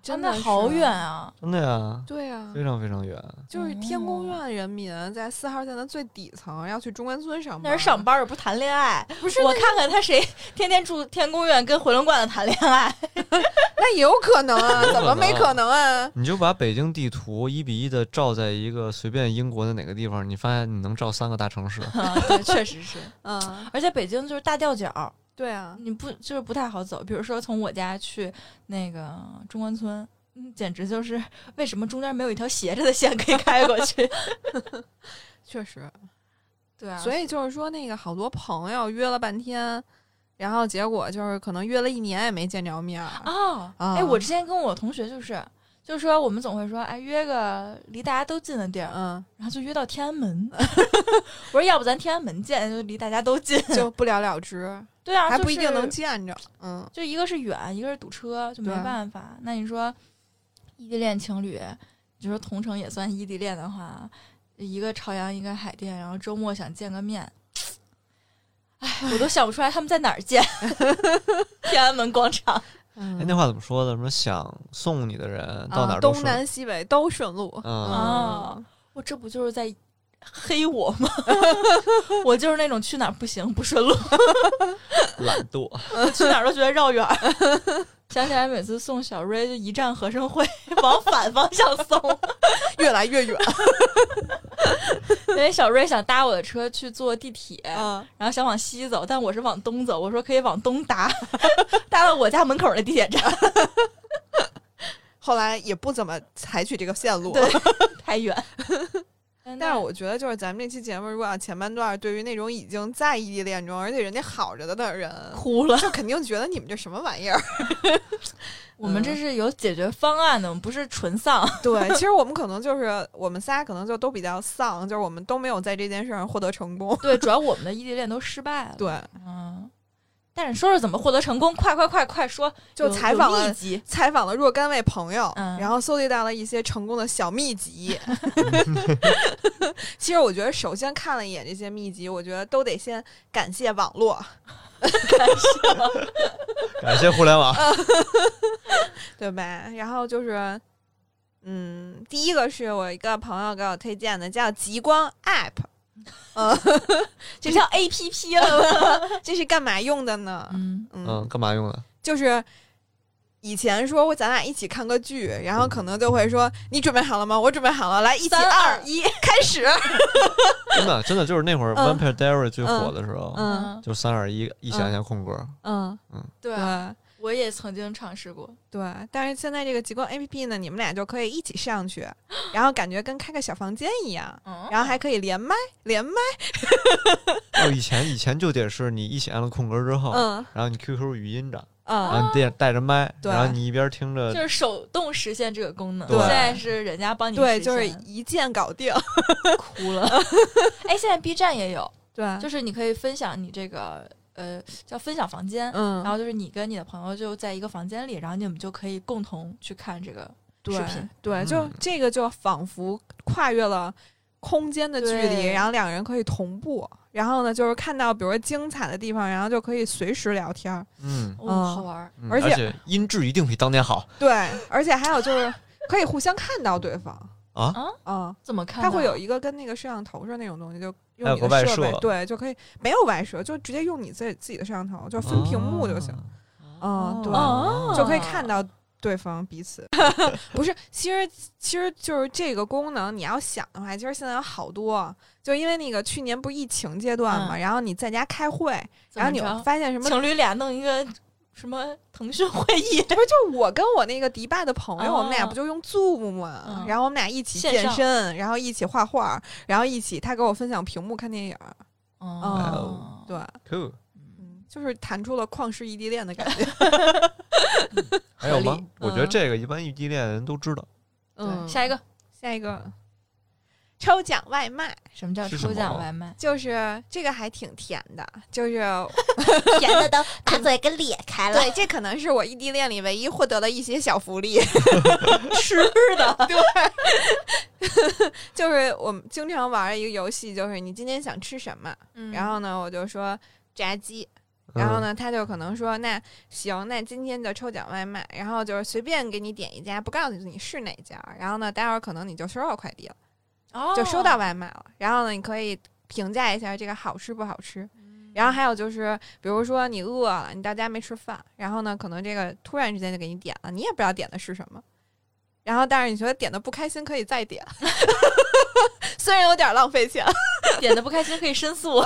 Speaker 3: 真
Speaker 1: 啊那
Speaker 3: 的是
Speaker 1: 好远。啊！
Speaker 2: 真的呀，
Speaker 3: 对啊，
Speaker 2: 非常非常远。
Speaker 3: 就是天宫
Speaker 1: 哦
Speaker 3: 院人民在四号线的最底层，要去中关村上班。
Speaker 1: 那人上班又不谈恋爱，
Speaker 3: 不是
Speaker 1: 我看看他谁 天天住天宫院跟回龙观的谈恋爱。
Speaker 3: 那也有可能啊，怎么没可能啊？
Speaker 2: 你就把北京地图一比一的照在一个随便英国的哪个地方，你发现你能照三个大城 市。哎
Speaker 1: 啊，对，确实是。
Speaker 3: 嗯，
Speaker 1: 而且北京就是大吊脚，
Speaker 3: 对啊，
Speaker 1: 你不就是不太好走。比如说从我家去那个中关村，嗯简直就是为什么中间没有一条斜着的线可以开过 去？
Speaker 3: 确
Speaker 1: 啊
Speaker 3: 实。
Speaker 1: 对啊，
Speaker 3: 所以就是说，那个好多朋友约了半天，然后结果就是可能约了一年也没见着面儿。
Speaker 1: 哦，
Speaker 3: 啊
Speaker 1: 哎，我之前跟我同学就是，就是说我们总会说，哎，约个离大家都近的地儿，
Speaker 3: 嗯，
Speaker 1: 然后就约到天安门。 我说，要不咱天安门见，就离大家都近。
Speaker 3: 就不了了之，
Speaker 1: 对 啊，
Speaker 3: 还
Speaker 1: 就
Speaker 3: 不一定
Speaker 1: 是
Speaker 3: 能见着。嗯，
Speaker 1: 就一个是远，一个是堵车，就没
Speaker 3: 对
Speaker 1: 办法。那你说异地恋情侣，你说同城也算异地恋的话，一个朝阳，一个海淀，然后周末想见个面，哎，我都想不出来他们在哪儿见。 天安门广场，
Speaker 2: 哎，那话怎么说的？什么想送你的人到哪
Speaker 3: 啊
Speaker 2: 儿都
Speaker 3: 东
Speaker 2: 顺
Speaker 3: 南西北都顺路。
Speaker 2: 嗯
Speaker 1: 哦我这不就是在黑我吗？ 我就是那种去哪儿不行不顺路，
Speaker 2: 懒惰。
Speaker 1: 去哪儿都觉得绕远儿。 想起来每次送小瑞就一站合生汇，往反方向送。
Speaker 3: 越来越远。
Speaker 1: 因为小瑞想搭我的车去坐地铁，
Speaker 3: 嗯，
Speaker 1: 然后想往西走，但我是往东走。我说可以往东搭， 搭到我家门口的地铁站，
Speaker 3: 后来也不怎么采取这个线路。
Speaker 1: 对太远。
Speaker 3: 但是我觉得，就是咱们这期节目，如果要前半段对于那种已经在异地恋中，而且人家好着的的人，
Speaker 1: 哭了。
Speaker 3: 就肯定觉得你们这什么玩意儿。
Speaker 1: 我们这是有解决方案的，我们不是纯丧。
Speaker 3: 对，其实我们可能就是我们仨，可能就都比较丧，就是我们都没有在这件事上获得成 功。
Speaker 1: 对， 主要我们的异地恋都失败了。
Speaker 3: 对，
Speaker 1: 嗯，但是说说怎么获得成功，快快快快说，
Speaker 3: 就
Speaker 1: 有
Speaker 3: 采访
Speaker 1: 有秘
Speaker 3: 了。
Speaker 1: 籍，
Speaker 3: 采访了若干位朋友，
Speaker 1: 嗯
Speaker 3: 然后搜集到了一些成功的小秘 籍。其实我觉得，首先看了一眼这些秘籍，我觉得都得先感谢网络，
Speaker 2: 感谢互联网。
Speaker 3: 对吧？然后就是，嗯，第一个是我一个朋友给我推荐的，叫极光 App。嗯，
Speaker 1: 这叫 A P P 了。
Speaker 3: 这是干嘛用的呢？
Speaker 1: 嗯，
Speaker 2: 嗯，干嘛用的？
Speaker 3: 就是以前说咱俩一起看个剧，然后可能就会说你准备好了吗？我准备好了，来一起
Speaker 1: 三
Speaker 3: 二
Speaker 1: 二
Speaker 3: 一开始。
Speaker 2: 真的，真的就是那会儿《
Speaker 3: 嗯
Speaker 2: Vampire Diary》最火的时候，
Speaker 3: 嗯
Speaker 2: 就三二一，一想一下空格。
Speaker 3: 嗯，
Speaker 1: 对
Speaker 3: 对。
Speaker 1: 我也曾经尝试过。
Speaker 3: 对，但是现在这个极光 A P P 呢，你们俩就可以一起上去，然后感觉跟开个小房间一样，
Speaker 1: 嗯，
Speaker 3: 然后还可以连麦，连麦，
Speaker 2: 哦，以前以前就得是你一想按了空格之后，
Speaker 3: 嗯
Speaker 2: 然后你 QQ 语音着，然
Speaker 3: 嗯，
Speaker 2: 后你带带着麦，
Speaker 3: 对
Speaker 2: 然后你一边听着
Speaker 1: 就是手动实现这个功能，
Speaker 2: 对
Speaker 1: 现在是人家帮你
Speaker 3: 对，
Speaker 1: 实现
Speaker 3: 就是一键搞定，
Speaker 1: 哭了。 哎，现在 B 站也有，
Speaker 3: 对
Speaker 1: 就是你可以分享你这个呃叫分享房间，
Speaker 3: 嗯，
Speaker 1: 然后就是你跟你的朋友就在一个房间里，然后你们就可以共同去看这个视频
Speaker 3: 对对，就
Speaker 2: 嗯
Speaker 3: 这个就仿佛跨越了空间的距离，
Speaker 1: 对
Speaker 3: 然后两人可以同步，然后呢，就是看到比如说精彩的地方，然后就可以随时聊天儿，
Speaker 2: 嗯，
Speaker 1: 哦，
Speaker 3: 嗯
Speaker 1: 好玩儿。
Speaker 2: 嗯
Speaker 3: 而且
Speaker 2: 且音质一定比当年好
Speaker 3: 对， 而且还有就是可以互相看到对方，
Speaker 2: 啊
Speaker 1: 啊
Speaker 3: 嗯，
Speaker 1: 怎么看？
Speaker 3: 它会有，一个跟那个摄像头似的那种东西，就
Speaker 2: 还
Speaker 3: 用
Speaker 2: 有
Speaker 3: 你
Speaker 2: 个
Speaker 3: 的
Speaker 2: 外
Speaker 3: 设备，
Speaker 2: 设
Speaker 3: 对，就可以没有外设，就直接
Speaker 2: 嗯
Speaker 3: 用你自己自己的摄像头，就分屏幕就行，
Speaker 2: 啊
Speaker 3: 嗯，对，
Speaker 1: 哦
Speaker 3: 就可以看到对方彼此哦 不是，其实其实就是这个功能，你要想的话，其实现在有好多，就因为那个去年不是疫情阶段嘛，
Speaker 1: 嗯
Speaker 3: 然后你在家开会，
Speaker 1: 怎
Speaker 3: 然
Speaker 1: 么
Speaker 3: 后你会
Speaker 1: 着
Speaker 3: 发现什么？
Speaker 1: 情侣俩弄一个什么腾讯会议，
Speaker 3: 不是，就我跟我那个迪拜的朋友，我们俩
Speaker 1: 哦
Speaker 3: 不就用 Zoom 嘛，
Speaker 1: 嗯
Speaker 3: 然后我们俩一起
Speaker 1: 线
Speaker 3: 健
Speaker 1: 上
Speaker 3: 身，然后一起画画，然后一起他给我分享屏幕看电影，
Speaker 1: 哦，
Speaker 3: 对，
Speaker 2: Cool，
Speaker 3: 嗯，就是弹出了旷世异地恋的感觉。
Speaker 2: 还有
Speaker 1: 合
Speaker 2: 吗
Speaker 1: 理？
Speaker 2: 我觉得
Speaker 1: 嗯
Speaker 2: 这个一般异地恋的人都知道，
Speaker 1: 对， 哎
Speaker 3: 嗯，
Speaker 1: 下一个
Speaker 3: 下一个，抽奖外卖
Speaker 1: 什么啊叫
Speaker 2: 是
Speaker 1: 抽
Speaker 2: 什么
Speaker 1: 奖外卖？
Speaker 3: 就是这个还挺甜的，就是
Speaker 4: 甜的都把嘴给裂开了。
Speaker 3: 对，这可能是我异地恋里唯一获得的一些小福利。
Speaker 1: 吃的，
Speaker 3: 对， 就是我们经常玩一个游戏，就是你今天想吃什么，
Speaker 1: 嗯
Speaker 3: 然后呢，我就说炸鸡。
Speaker 2: 嗯
Speaker 3: 然后呢，他就可能说：“那行，那今天就抽奖外卖，然后就是随便给你点一家，不告诉你是哪家。然后呢，待会儿可能你就收到快递了。”
Speaker 1: 哦
Speaker 3: 就 收到外卖了。然后呢，你可以评价一下这个好吃不好吃。然后还有就是，比如说你饿了，你到家没吃饭，然后呢，可能这个突然之间就给你点了，你也不知道点的是什么。然后，但是你觉得点的不开心，可以再点， 虽然有点浪费钱。
Speaker 1: 点的不开心可以申诉。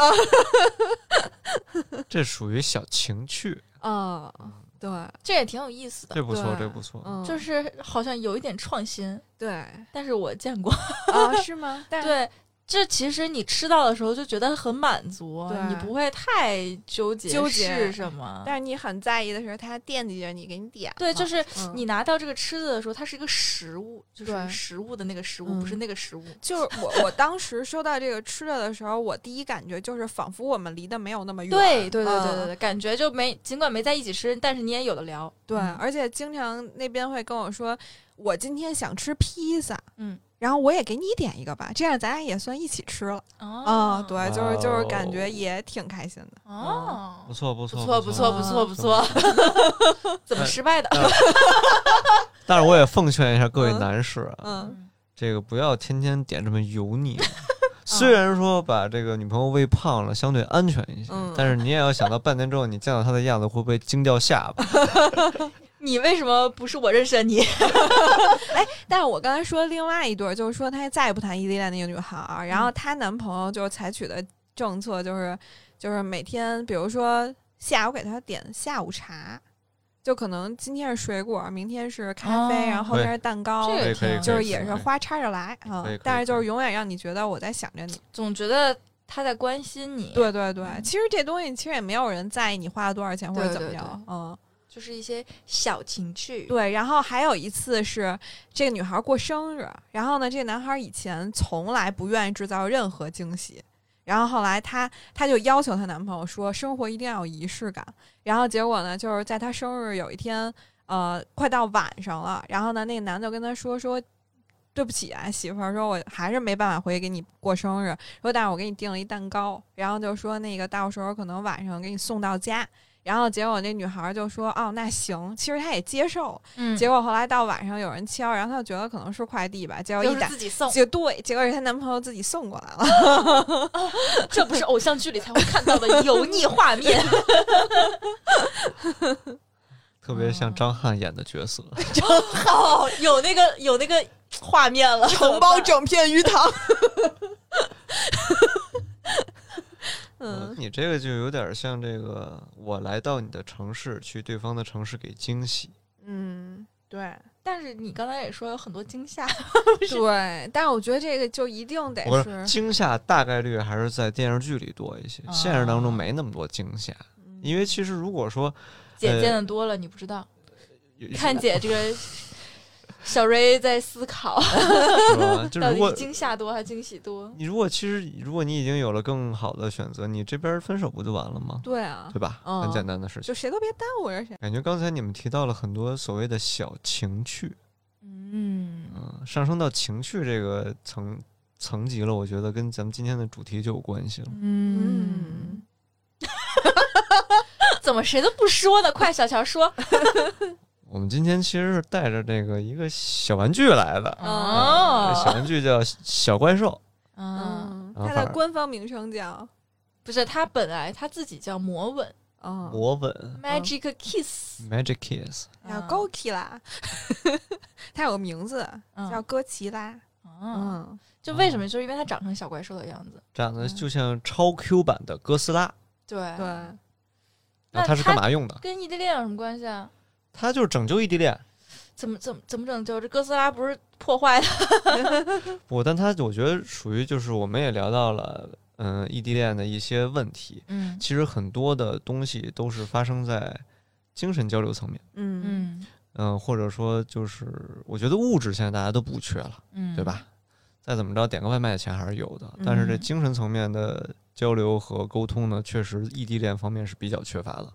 Speaker 2: 嗯这属于小情趣，
Speaker 3: 嗯，对，
Speaker 1: 这也挺有意思的，
Speaker 2: 这不错，
Speaker 3: 对
Speaker 2: 这不错。
Speaker 3: 嗯，
Speaker 1: 就是好像有一点创新，
Speaker 3: 对
Speaker 1: 但是我见 过。
Speaker 3: 啊，是 吗？但
Speaker 1: 对，这其实你吃到的时候就觉得很满足，
Speaker 3: 对
Speaker 1: 你不会太纠结
Speaker 3: 纠结
Speaker 1: 是什么。
Speaker 3: 但是你很在意的是，他惦记着你给你点了。
Speaker 1: 对，就是
Speaker 3: 嗯
Speaker 1: 你拿到这个吃的的时候，它是一个食物，就是
Speaker 3: 对
Speaker 1: 食物的那个食物，
Speaker 3: 嗯
Speaker 1: 不是那个食物。
Speaker 3: 就是我，我当时收到这个吃的的时候，我第一感觉就是仿佛我们离得没有那么远。
Speaker 1: 对对对对
Speaker 3: 嗯
Speaker 1: 对对，感觉就没，尽管没在一起吃，但是你也有的聊。
Speaker 3: 对，
Speaker 1: 嗯
Speaker 3: 而且经常那边会跟我说，我今天想吃披萨，
Speaker 1: 嗯，
Speaker 3: 然后我也给你点一个吧，这样咱俩也算一起吃了啊、
Speaker 1: 哦，
Speaker 3: 对，就是就是感
Speaker 2: 哇哦
Speaker 3: 觉也挺开心的。
Speaker 1: 哦
Speaker 2: 不，错不
Speaker 1: 不
Speaker 2: 错
Speaker 1: 错不错
Speaker 3: 不
Speaker 1: 不
Speaker 3: 错
Speaker 1: 错嗯不错， 怎么失败的？
Speaker 2: 但是我也奉劝一下各位
Speaker 3: 嗯
Speaker 2: 男士啊，
Speaker 3: 嗯，
Speaker 2: 这个不要天天点这么油 腻的。虽然说把这个女朋友喂胖了，相对安全一些，
Speaker 3: 嗯
Speaker 2: 但是你也要想到半年之后你见到她的样子会不会惊掉下巴？
Speaker 1: 你为什么不是我认识的你？
Speaker 3: 但是我刚才说另外一对儿，就是说她再也不谈异地恋那个女孩儿，然
Speaker 1: 嗯
Speaker 3: 后她男朋友就是采取的政策就是就是每天，比如说下午给她点下午茶，就可能今天是水果，明天是咖啡，
Speaker 1: 哦
Speaker 3: 然后后天是蛋糕。
Speaker 1: 这
Speaker 2: 可
Speaker 1: 个
Speaker 2: 以可以，
Speaker 1: 挺
Speaker 3: 就是
Speaker 2: 可以
Speaker 3: 也
Speaker 2: 可
Speaker 3: 是
Speaker 2: 以
Speaker 3: 花插着来啊
Speaker 2: 可以可以，
Speaker 3: 但是就
Speaker 2: 可
Speaker 3: 是
Speaker 2: 以
Speaker 3: 永远让你觉得我在想着你。
Speaker 1: 总觉得他在关心你，，
Speaker 3: 对对对，
Speaker 1: 嗯
Speaker 3: 其实这东西其实也没有人在意你花了多少钱或者
Speaker 1: 对
Speaker 3: 怎么
Speaker 1: 对
Speaker 3: 着，嗯，
Speaker 1: 就是一些小情趣。
Speaker 3: 对。然后还有一次是这个女孩过生日，然后呢，这个男孩以前从来不愿意制造任何惊喜。然后后来她她就要求她男朋友说，生活一定要有仪式感。然后结果呢，就是在她生日有一天，呃，快到晚上了，然后呢，那个男的就跟她说说，对不起啊，媳妇儿，说我还是没办法回去给你过生日，说但是我给你订了一蛋糕，然后就说那个到时候可能晚上给你送到家。然后结果那女孩就说：“哦，那行。”其实她也接受了。
Speaker 1: 嗯
Speaker 3: 结果后来到晚上有人敲，然后她就觉得可能是快递吧，结果
Speaker 1: 就
Speaker 3: 一
Speaker 1: 是
Speaker 3: 打，
Speaker 1: 自己送，
Speaker 3: 结对，结果是她男朋友自己送过来了。
Speaker 1: 这不是偶像剧里才会看到 的油腻画面。
Speaker 2: 特
Speaker 3: 嗯
Speaker 2: 别像张翰演的角色。
Speaker 1: 哦，有那个有那个画面 了，
Speaker 3: 承包整片鱼塘。 嗯，
Speaker 2: 你这个就有点像这个，我来到你的城市，去对方的城市给惊喜。
Speaker 3: 嗯，对
Speaker 1: 但是你刚才也说有很多惊吓，
Speaker 3: 对，但是我觉得这个就一定得
Speaker 2: 我不
Speaker 3: 是
Speaker 2: 是，惊吓，大概率还是在电视剧里多一些，
Speaker 1: 哦
Speaker 2: 现实当中没那么多惊吓。
Speaker 3: 嗯
Speaker 2: 因为其实如果说
Speaker 1: 姐
Speaker 2: 呃
Speaker 1: 见的多了，你不知道。看姐这个小蕊在思考，
Speaker 2: 是吧， 呃就
Speaker 1: 到
Speaker 2: 如
Speaker 1: 底
Speaker 2: 果
Speaker 1: 是惊吓多还是惊喜多？
Speaker 2: 你如果其实如果你已经有了更好的选择，你这边分手不就完了吗？
Speaker 3: 对啊
Speaker 2: 对，吧？
Speaker 1: 哦
Speaker 3: 嗯
Speaker 2: 很简单的事情。
Speaker 3: 就谁都别耽误着谁。
Speaker 2: 感觉刚才你们提到了很多所谓的小情趣，
Speaker 1: 嗯，
Speaker 2: 嗯，上升到情趣这个层层级了，我觉得跟咱们今天的主题就有关系了。
Speaker 1: 嗯， 怎么谁都不说呢？快，小乔说。
Speaker 2: 我们今天其实是带着这个一个小玩具来的，这小
Speaker 1: 哦，
Speaker 2: 玩具叫小怪兽，
Speaker 1: 嗯，
Speaker 3: 嗯，
Speaker 2: 然后
Speaker 3: 它
Speaker 2: 反
Speaker 3: 的
Speaker 2: 而
Speaker 3: 官方名称叫
Speaker 1: 不是，他本来他自己叫魔吻，
Speaker 3: 嗯，
Speaker 2: 裸吻
Speaker 1: Magic Kiss，
Speaker 2: ，magic kiss，
Speaker 3: 叫
Speaker 1: 嗯
Speaker 3: g o k i 啦，他有个名字
Speaker 1: 嗯
Speaker 3: 叫哥奇拉，
Speaker 1: 嗯，
Speaker 3: 嗯，
Speaker 1: 就为什么？就是因为它长成小怪兽的样子。
Speaker 2: 长得就像超 Q 版的哥斯拉。
Speaker 1: 对，
Speaker 3: 嗯对，
Speaker 1: 嗯那
Speaker 2: 然后它是
Speaker 1: 它
Speaker 2: 干嘛用的？
Speaker 1: 跟异地恋有什么关系啊？
Speaker 2: 它就是拯救异地恋。
Speaker 1: 怎么怎么怎么拯救？这哥斯拉不是破坏的？
Speaker 2: 不，但它我觉得属于就是我们也聊到了，嗯、异地恋的一些问题。
Speaker 1: 嗯
Speaker 2: 其实很多的东西都是发生在精神交流层面，
Speaker 3: 嗯
Speaker 1: 嗯
Speaker 2: 嗯、或者说就是我觉得物质现在大家都不缺了，
Speaker 1: 嗯，
Speaker 2: 对吧？？再怎么着，点个外卖的钱还是有的，但是这
Speaker 1: 嗯
Speaker 2: 精神层面的交流和沟通呢，确实异地恋方面是比较缺乏的。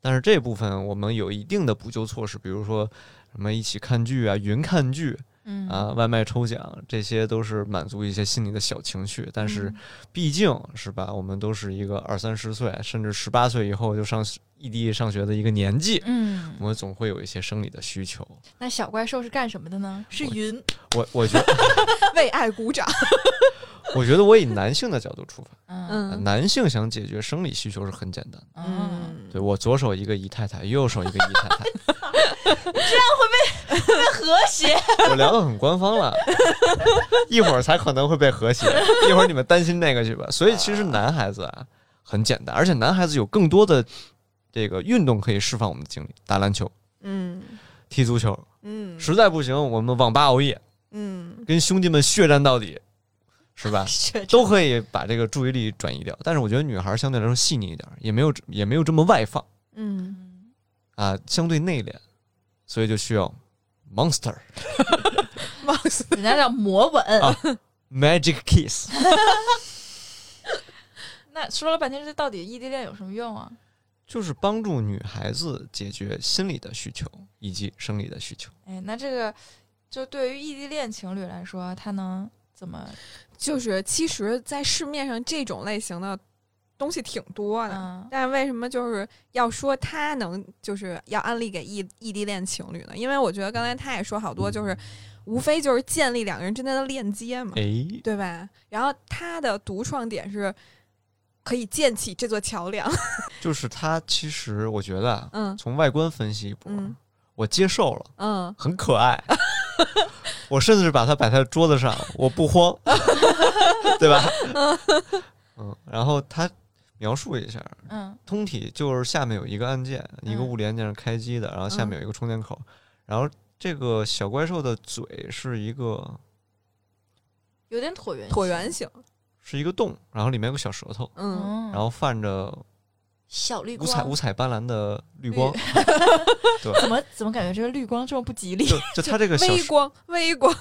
Speaker 2: 但是这部分我们有一定的补救措施，比如说什么一起看剧啊、云看剧
Speaker 1: 嗯
Speaker 2: 啊、外卖抽奖，这些都是满足一些心里的小情绪。但
Speaker 1: 嗯
Speaker 2: 是毕竟是吧，我们都是一个二三十岁，甚至十八岁以后就上异地上学的一个年纪，
Speaker 1: 嗯，
Speaker 2: 我们总会有一些生理的需求。
Speaker 1: 那小怪兽是干什么的呢？是
Speaker 2: 我
Speaker 1: 云。
Speaker 2: 我我觉
Speaker 3: 为爱鼓掌，
Speaker 2: 我觉得我以男性的角度出发，
Speaker 1: 嗯
Speaker 2: 呃
Speaker 3: 嗯
Speaker 2: 男性想解决生理需求是很简单的。
Speaker 1: 嗯，
Speaker 2: 对我左手一个姨太太，右手一个姨 太太，
Speaker 1: 和谐。
Speaker 2: 我聊得很官方了， 一会儿才可能会被和谐， 一会儿你们担心那个去吧。所以其实男孩子啊很简单，而且男孩子有更多的这个运动可以释放我们的精力，打篮球、
Speaker 3: 嗯
Speaker 2: 踢足球，
Speaker 3: 嗯
Speaker 2: 实在不行我们网吧熬夜，
Speaker 3: 嗯
Speaker 2: 跟兄弟们血战到底，是 吧？
Speaker 1: 是
Speaker 2: 都可以把这个注意力转移掉。但是我觉得女孩相对来说细腻一点，也没有也没有这么外放。
Speaker 3: 嗯，
Speaker 1: 嗯
Speaker 2: 啊，相对内敛，所以就需要 Monster
Speaker 3: 嗯 忘死
Speaker 1: 人家叫魔吻。
Speaker 2: 啊 Magic Kiss。
Speaker 1: 那说了半天，这到底异地恋有什么用啊？
Speaker 2: 就是帮助女孩子解决心理的需求以及生理的需求。
Speaker 1: 哎，那这个就对于异地恋情侣来说，它能怎么？
Speaker 3: 就是其实，在市面上这种类型的东西挺多的，
Speaker 1: 嗯
Speaker 3: 但为什么就是要说他能就是要安利给异异地恋情侣呢？因为我觉得刚才他也说好多，就是无非就是建立两个人之间的链接嘛，
Speaker 2: 哎，
Speaker 3: 对吧？然后他的独创点是可以建起这座桥梁，
Speaker 2: 就是它其实我觉得啊，
Speaker 3: 嗯
Speaker 2: 从外观分析一波，
Speaker 3: 嗯
Speaker 2: 我接受了，
Speaker 3: 嗯，
Speaker 2: 很可 爱。我甚至把它摆在桌子上，我不慌， 对吧？嗯，然后它描述一下，
Speaker 1: 嗯
Speaker 2: 通体就是下面有一个按键，一个
Speaker 1: 嗯
Speaker 2: 物联键是开机的，然后下面有一个充电口，然后这个小怪兽的嘴是一个
Speaker 1: 有点椭圆
Speaker 3: 椭圆。形，
Speaker 2: 是一个洞，然后里面有个小舌头，
Speaker 3: 嗯
Speaker 1: 嗯，
Speaker 2: 然后泛着
Speaker 1: 小绿
Speaker 2: 五
Speaker 1: 光，
Speaker 2: 彩五彩斑斓的绿光，
Speaker 1: 怎么怎么感觉这个绿光这么不吉 利？
Speaker 2: 就就它这个小
Speaker 3: 微光微光，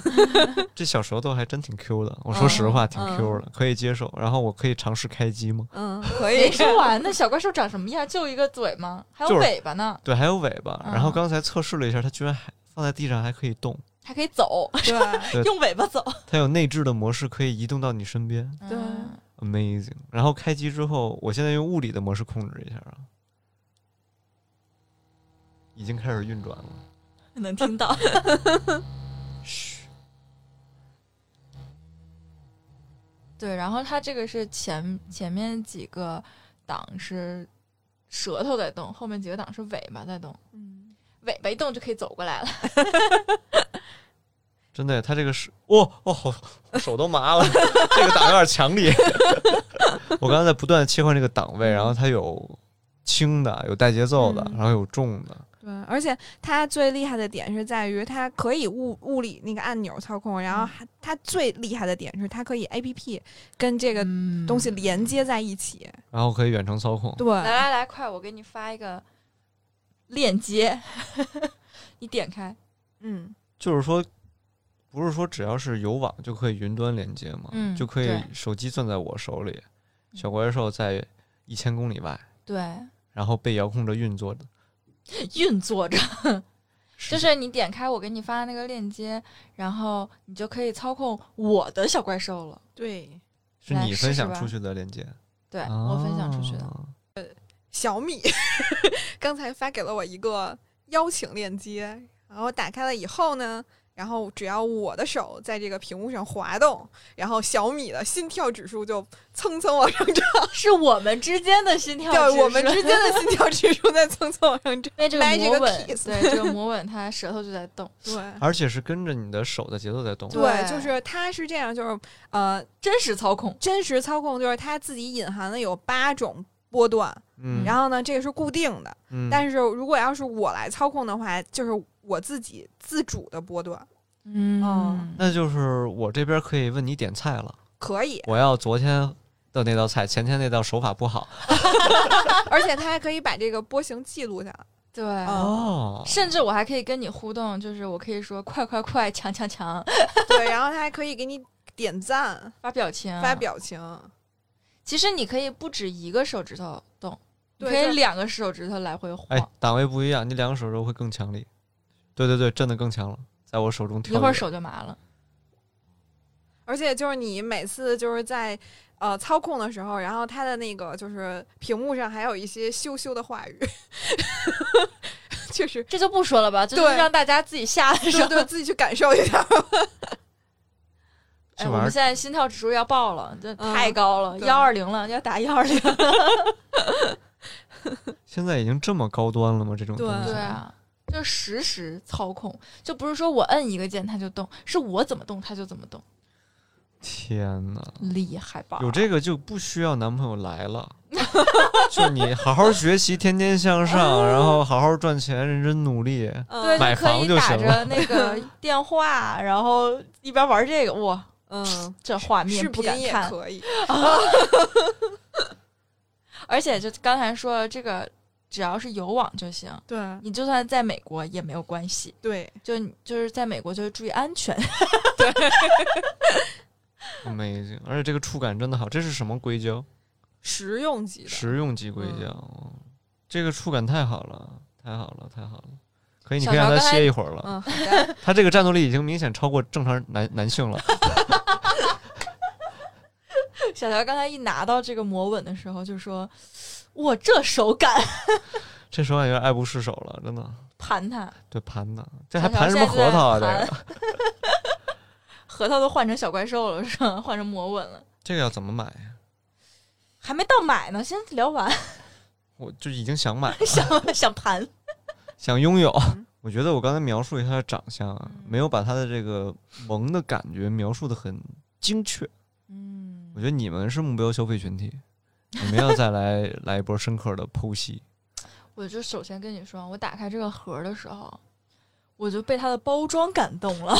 Speaker 2: 这小舌头还真挺 Q 的，
Speaker 1: 嗯
Speaker 2: 我说实话挺 Q 的，可以接受。然后我可以尝试开机吗？
Speaker 3: 嗯，可以
Speaker 1: 没，说完呢，小怪兽长什么样？就一个嘴吗？还有
Speaker 2: 就是
Speaker 1: 尾巴呢，
Speaker 2: 对，还有尾巴。
Speaker 1: 嗯
Speaker 2: 然后刚才测试了一下，它居然还放在地上还可以动，
Speaker 1: 还可以走，
Speaker 3: 对吧？
Speaker 2: 对
Speaker 1: 用尾巴走。
Speaker 2: 它有内置的模式可以移动到你身边。
Speaker 3: 对
Speaker 1: 嗯
Speaker 2: Amazing！然后开机之后，我现在用物理的模式控制一下啊，已经开始运转了。
Speaker 1: 能听到。
Speaker 2: 嘘，
Speaker 1: 对，然后它这个是前前面几个档是舌头在动，后面几个档是尾巴在动，
Speaker 3: 嗯，
Speaker 1: 尾巴一动就可以走过来了。
Speaker 2: 真的，它这个是，哦哦，好，手都麻了， 这个档有点强力。 我刚才在不断地切换这个档位，然后它有轻的，有带节奏的，
Speaker 3: 嗯
Speaker 2: 然后有重的，
Speaker 3: 对，而且它最厉害的点是在于它可以物物理那个按钮操控，然后
Speaker 1: 嗯
Speaker 3: 还它最厉害的点是它可以 A P P 跟这个东西连接在一起。
Speaker 2: 然后可以远程操控。
Speaker 1: 嗯来
Speaker 3: 对，
Speaker 1: 来来，快，我给你发一个链接， 你点开。
Speaker 3: 嗯
Speaker 2: 就是说，不是说只要是有网就可以云端连接嘛，
Speaker 1: 嗯
Speaker 2: 就可以
Speaker 1: 对
Speaker 2: 手机攥在我手里，小怪兽在一千公里外，
Speaker 1: 对，
Speaker 2: 然后被遥控着运作的，
Speaker 1: 运作着，就
Speaker 2: 就是
Speaker 1: 你点开我给你发的那个链接，然后你就可以操控我的小怪兽了。
Speaker 3: 对，
Speaker 2: 是
Speaker 1: 来
Speaker 2: 你
Speaker 1: 试
Speaker 2: 分
Speaker 1: 试
Speaker 2: 享
Speaker 1: 吧
Speaker 2: 出去的链接，
Speaker 1: 对、我分享出去的，
Speaker 2: 啊。
Speaker 3: 小米 刚才发给了我一个邀请链接，然后我打开了以后呢，然后只要我的手在这个屏幕上滑动，然后小米的心跳指数就蹭蹭往上涨，
Speaker 1: 哦是我们之间的心跳指
Speaker 3: 对
Speaker 1: 数，
Speaker 3: 我们之间的心跳指数在蹭蹭往 上涨。
Speaker 1: 因为这个魔
Speaker 3: Magic
Speaker 1: 吻，
Speaker 3: kiss
Speaker 1: 对这个魔吻，它舌头就在动，
Speaker 3: 对。
Speaker 2: 而且是跟着你的手的节奏在动。
Speaker 3: 对，就是它是这样，就是呃，
Speaker 1: 真实操控。
Speaker 3: 真实操控就是它自己隐含的有八种波段，
Speaker 2: 嗯，
Speaker 3: 然后呢，这个是固定的，
Speaker 2: 嗯
Speaker 3: 但是如果要是我来操控的话，就是我自己自主的波段
Speaker 1: 嗯
Speaker 3: 哦，
Speaker 2: 那就是我这边可以问你点菜了。
Speaker 3: 可以，
Speaker 2: 我要昨天的那道菜，前天那道手法不好
Speaker 3: 而且它还可以把这个波形记录下来。
Speaker 1: 对。
Speaker 2: 哦
Speaker 3: 哦
Speaker 1: 甚至我还可以跟你互动，就是我可以说快快快，强强强，
Speaker 3: 对，然后它还可以给你点赞、
Speaker 1: 发表情，
Speaker 3: 发。表情。
Speaker 1: 其实你可以不止一个手指头动，你
Speaker 3: 对
Speaker 1: 可以
Speaker 3: 就是
Speaker 1: 两个手指头来回晃。
Speaker 2: 哎，档位不一样，你两个手肘会更强力。对对对，震得更强了，在我手中跳
Speaker 1: 一
Speaker 2: 跃。
Speaker 1: 会儿手就麻了，
Speaker 3: 而且就是你每次就是在呃操控的时候，然后它的那个就是屏幕上还有一些羞羞的话语， 就是
Speaker 1: 这就不说了吧，这就是
Speaker 3: 对
Speaker 1: 让大家自己下的时
Speaker 3: 对
Speaker 1: 候。
Speaker 3: 对，自己去感受一下。
Speaker 1: 哎，我
Speaker 2: 这玩意
Speaker 1: 们
Speaker 2: 儿
Speaker 1: 现在心跳指数要爆了，这
Speaker 3: 嗯
Speaker 1: 太高了，
Speaker 3: 对
Speaker 1: 幺二零了，要打幺二零。
Speaker 2: 现在已经这么高端了吗？这种
Speaker 3: 对
Speaker 2: 东西
Speaker 1: 对啊，就实时操控，就不是说我摁一个键它就动，是我怎么动它就怎么动，
Speaker 2: 天哪！
Speaker 1: 厉害吧？
Speaker 2: 有这个就不需要男朋友来了， 就你好好学习，天天向 上，
Speaker 1: 嗯
Speaker 2: 然后好好赚钱，认真努力。
Speaker 1: 对，
Speaker 3: 嗯
Speaker 2: 买
Speaker 1: 可
Speaker 2: 房
Speaker 1: 以
Speaker 2: 就
Speaker 1: 打
Speaker 2: 行
Speaker 1: 着
Speaker 2: 了
Speaker 1: 那 个电话，然后一边玩这个，哇，
Speaker 3: 嗯，
Speaker 1: 这画
Speaker 3: 视
Speaker 1: 面不
Speaker 3: 频
Speaker 1: 敢
Speaker 3: 也
Speaker 1: 看。
Speaker 3: 可以。
Speaker 1: 而且就刚才说的这个，只要是有网就行，
Speaker 3: 对
Speaker 1: 你就算在美国也没有关系。
Speaker 3: 对，
Speaker 1: 就就是在美国就是注意安全，
Speaker 2: Amazing！而且这个触感真的好，这是什么硅胶？
Speaker 3: 实用级的。
Speaker 2: 实用级硅
Speaker 3: 嗯
Speaker 2: 胶，这个触感太好了，太好了，太好了。可以，你
Speaker 1: 小
Speaker 2: 可以让
Speaker 1: 乔
Speaker 2: 他
Speaker 1: 刚才
Speaker 2: 歇一会儿了。
Speaker 3: 嗯，好的，
Speaker 2: 他这个战斗力已经明显超过正常男男性了。
Speaker 1: 小乔刚才一拿到这个魔吻的时候就说：“哇，这手感
Speaker 2: 这手感有点爱不释手了，真的。
Speaker 1: 盘它，
Speaker 2: 对盘呢，这
Speaker 1: 小
Speaker 2: 还
Speaker 1: 乔
Speaker 2: 盘什么
Speaker 1: 现在
Speaker 2: 核桃啊？
Speaker 1: 就
Speaker 2: 这
Speaker 1: 在
Speaker 2: 个
Speaker 1: 核桃都换成小怪兽了，是吧？换成魔吻了，
Speaker 2: 这个要怎么买呀？
Speaker 1: 还没到买呢，先聊完，
Speaker 2: 我就已经想买了，
Speaker 1: 想想盘。
Speaker 2: 想拥有
Speaker 3: 嗯。
Speaker 2: 我觉得我刚才描述了一下他的长相啊，没有把他的这个萌的感觉描述的很精确。
Speaker 1: 嗯
Speaker 2: 我觉得你们是目标消费群体， 你们要再来 来一波深刻的剖析。
Speaker 1: 我就首先跟你说，我打开这个盒儿的时候，我就被它的包装感动了，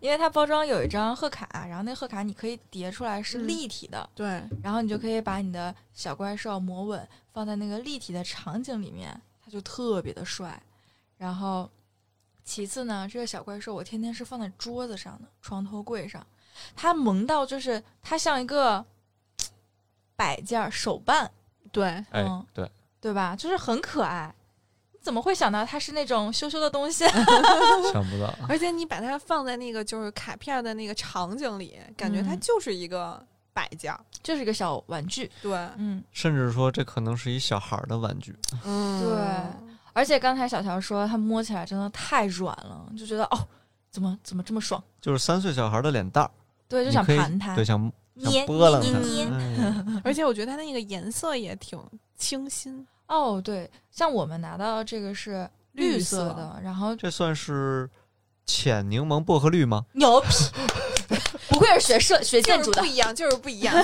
Speaker 1: 因为它包装有一张贺卡，然后那贺卡你可以叠出来是
Speaker 3: 嗯
Speaker 1: 立体的，
Speaker 3: 对，
Speaker 1: 然后你就可以把你的小怪兽魔吻放在那个立体的场景里面，它就特别的帅。然后其次呢，这个小怪兽我天天是放在桌子上的，床头柜上，它萌到就是它像一个摆件儿手办。
Speaker 3: 对，
Speaker 2: 哎
Speaker 1: 嗯，
Speaker 2: 对，
Speaker 1: 对吧？就是很可爱。你怎么会想到它是那种羞羞的东西？
Speaker 2: 想不到。
Speaker 3: 而且你把它放在那个就是卡片的那个场景里，感觉它
Speaker 1: 嗯
Speaker 3: 就是一个摆件儿。
Speaker 1: 就是一个小玩具。
Speaker 3: 对，
Speaker 1: 嗯，
Speaker 2: 甚至说这可能是一小孩儿的玩具，
Speaker 3: 嗯
Speaker 1: 对而且刚才小乔说它摸起来真的太软了，就觉得哦，怎么怎么这么爽？
Speaker 2: 就是三岁小孩的脸蛋儿，
Speaker 1: 对，就
Speaker 2: 你
Speaker 1: 想
Speaker 2: 可以
Speaker 1: 盘它
Speaker 2: 对，，想
Speaker 4: 捏
Speaker 2: 想拨楞
Speaker 4: 捏
Speaker 2: 它
Speaker 4: 捏。捏，
Speaker 2: 哎
Speaker 3: 而且我觉得它那个颜色也挺清新。
Speaker 1: 哦，对，像我们拿到这个是绿
Speaker 3: 绿
Speaker 1: 色
Speaker 3: 色
Speaker 1: 的，然后
Speaker 2: 这算是浅柠檬薄荷 绿吗？
Speaker 1: 牛皮， 不愧是学设学建筑
Speaker 3: 就是
Speaker 1: 的
Speaker 3: 不。一样，就是不一样。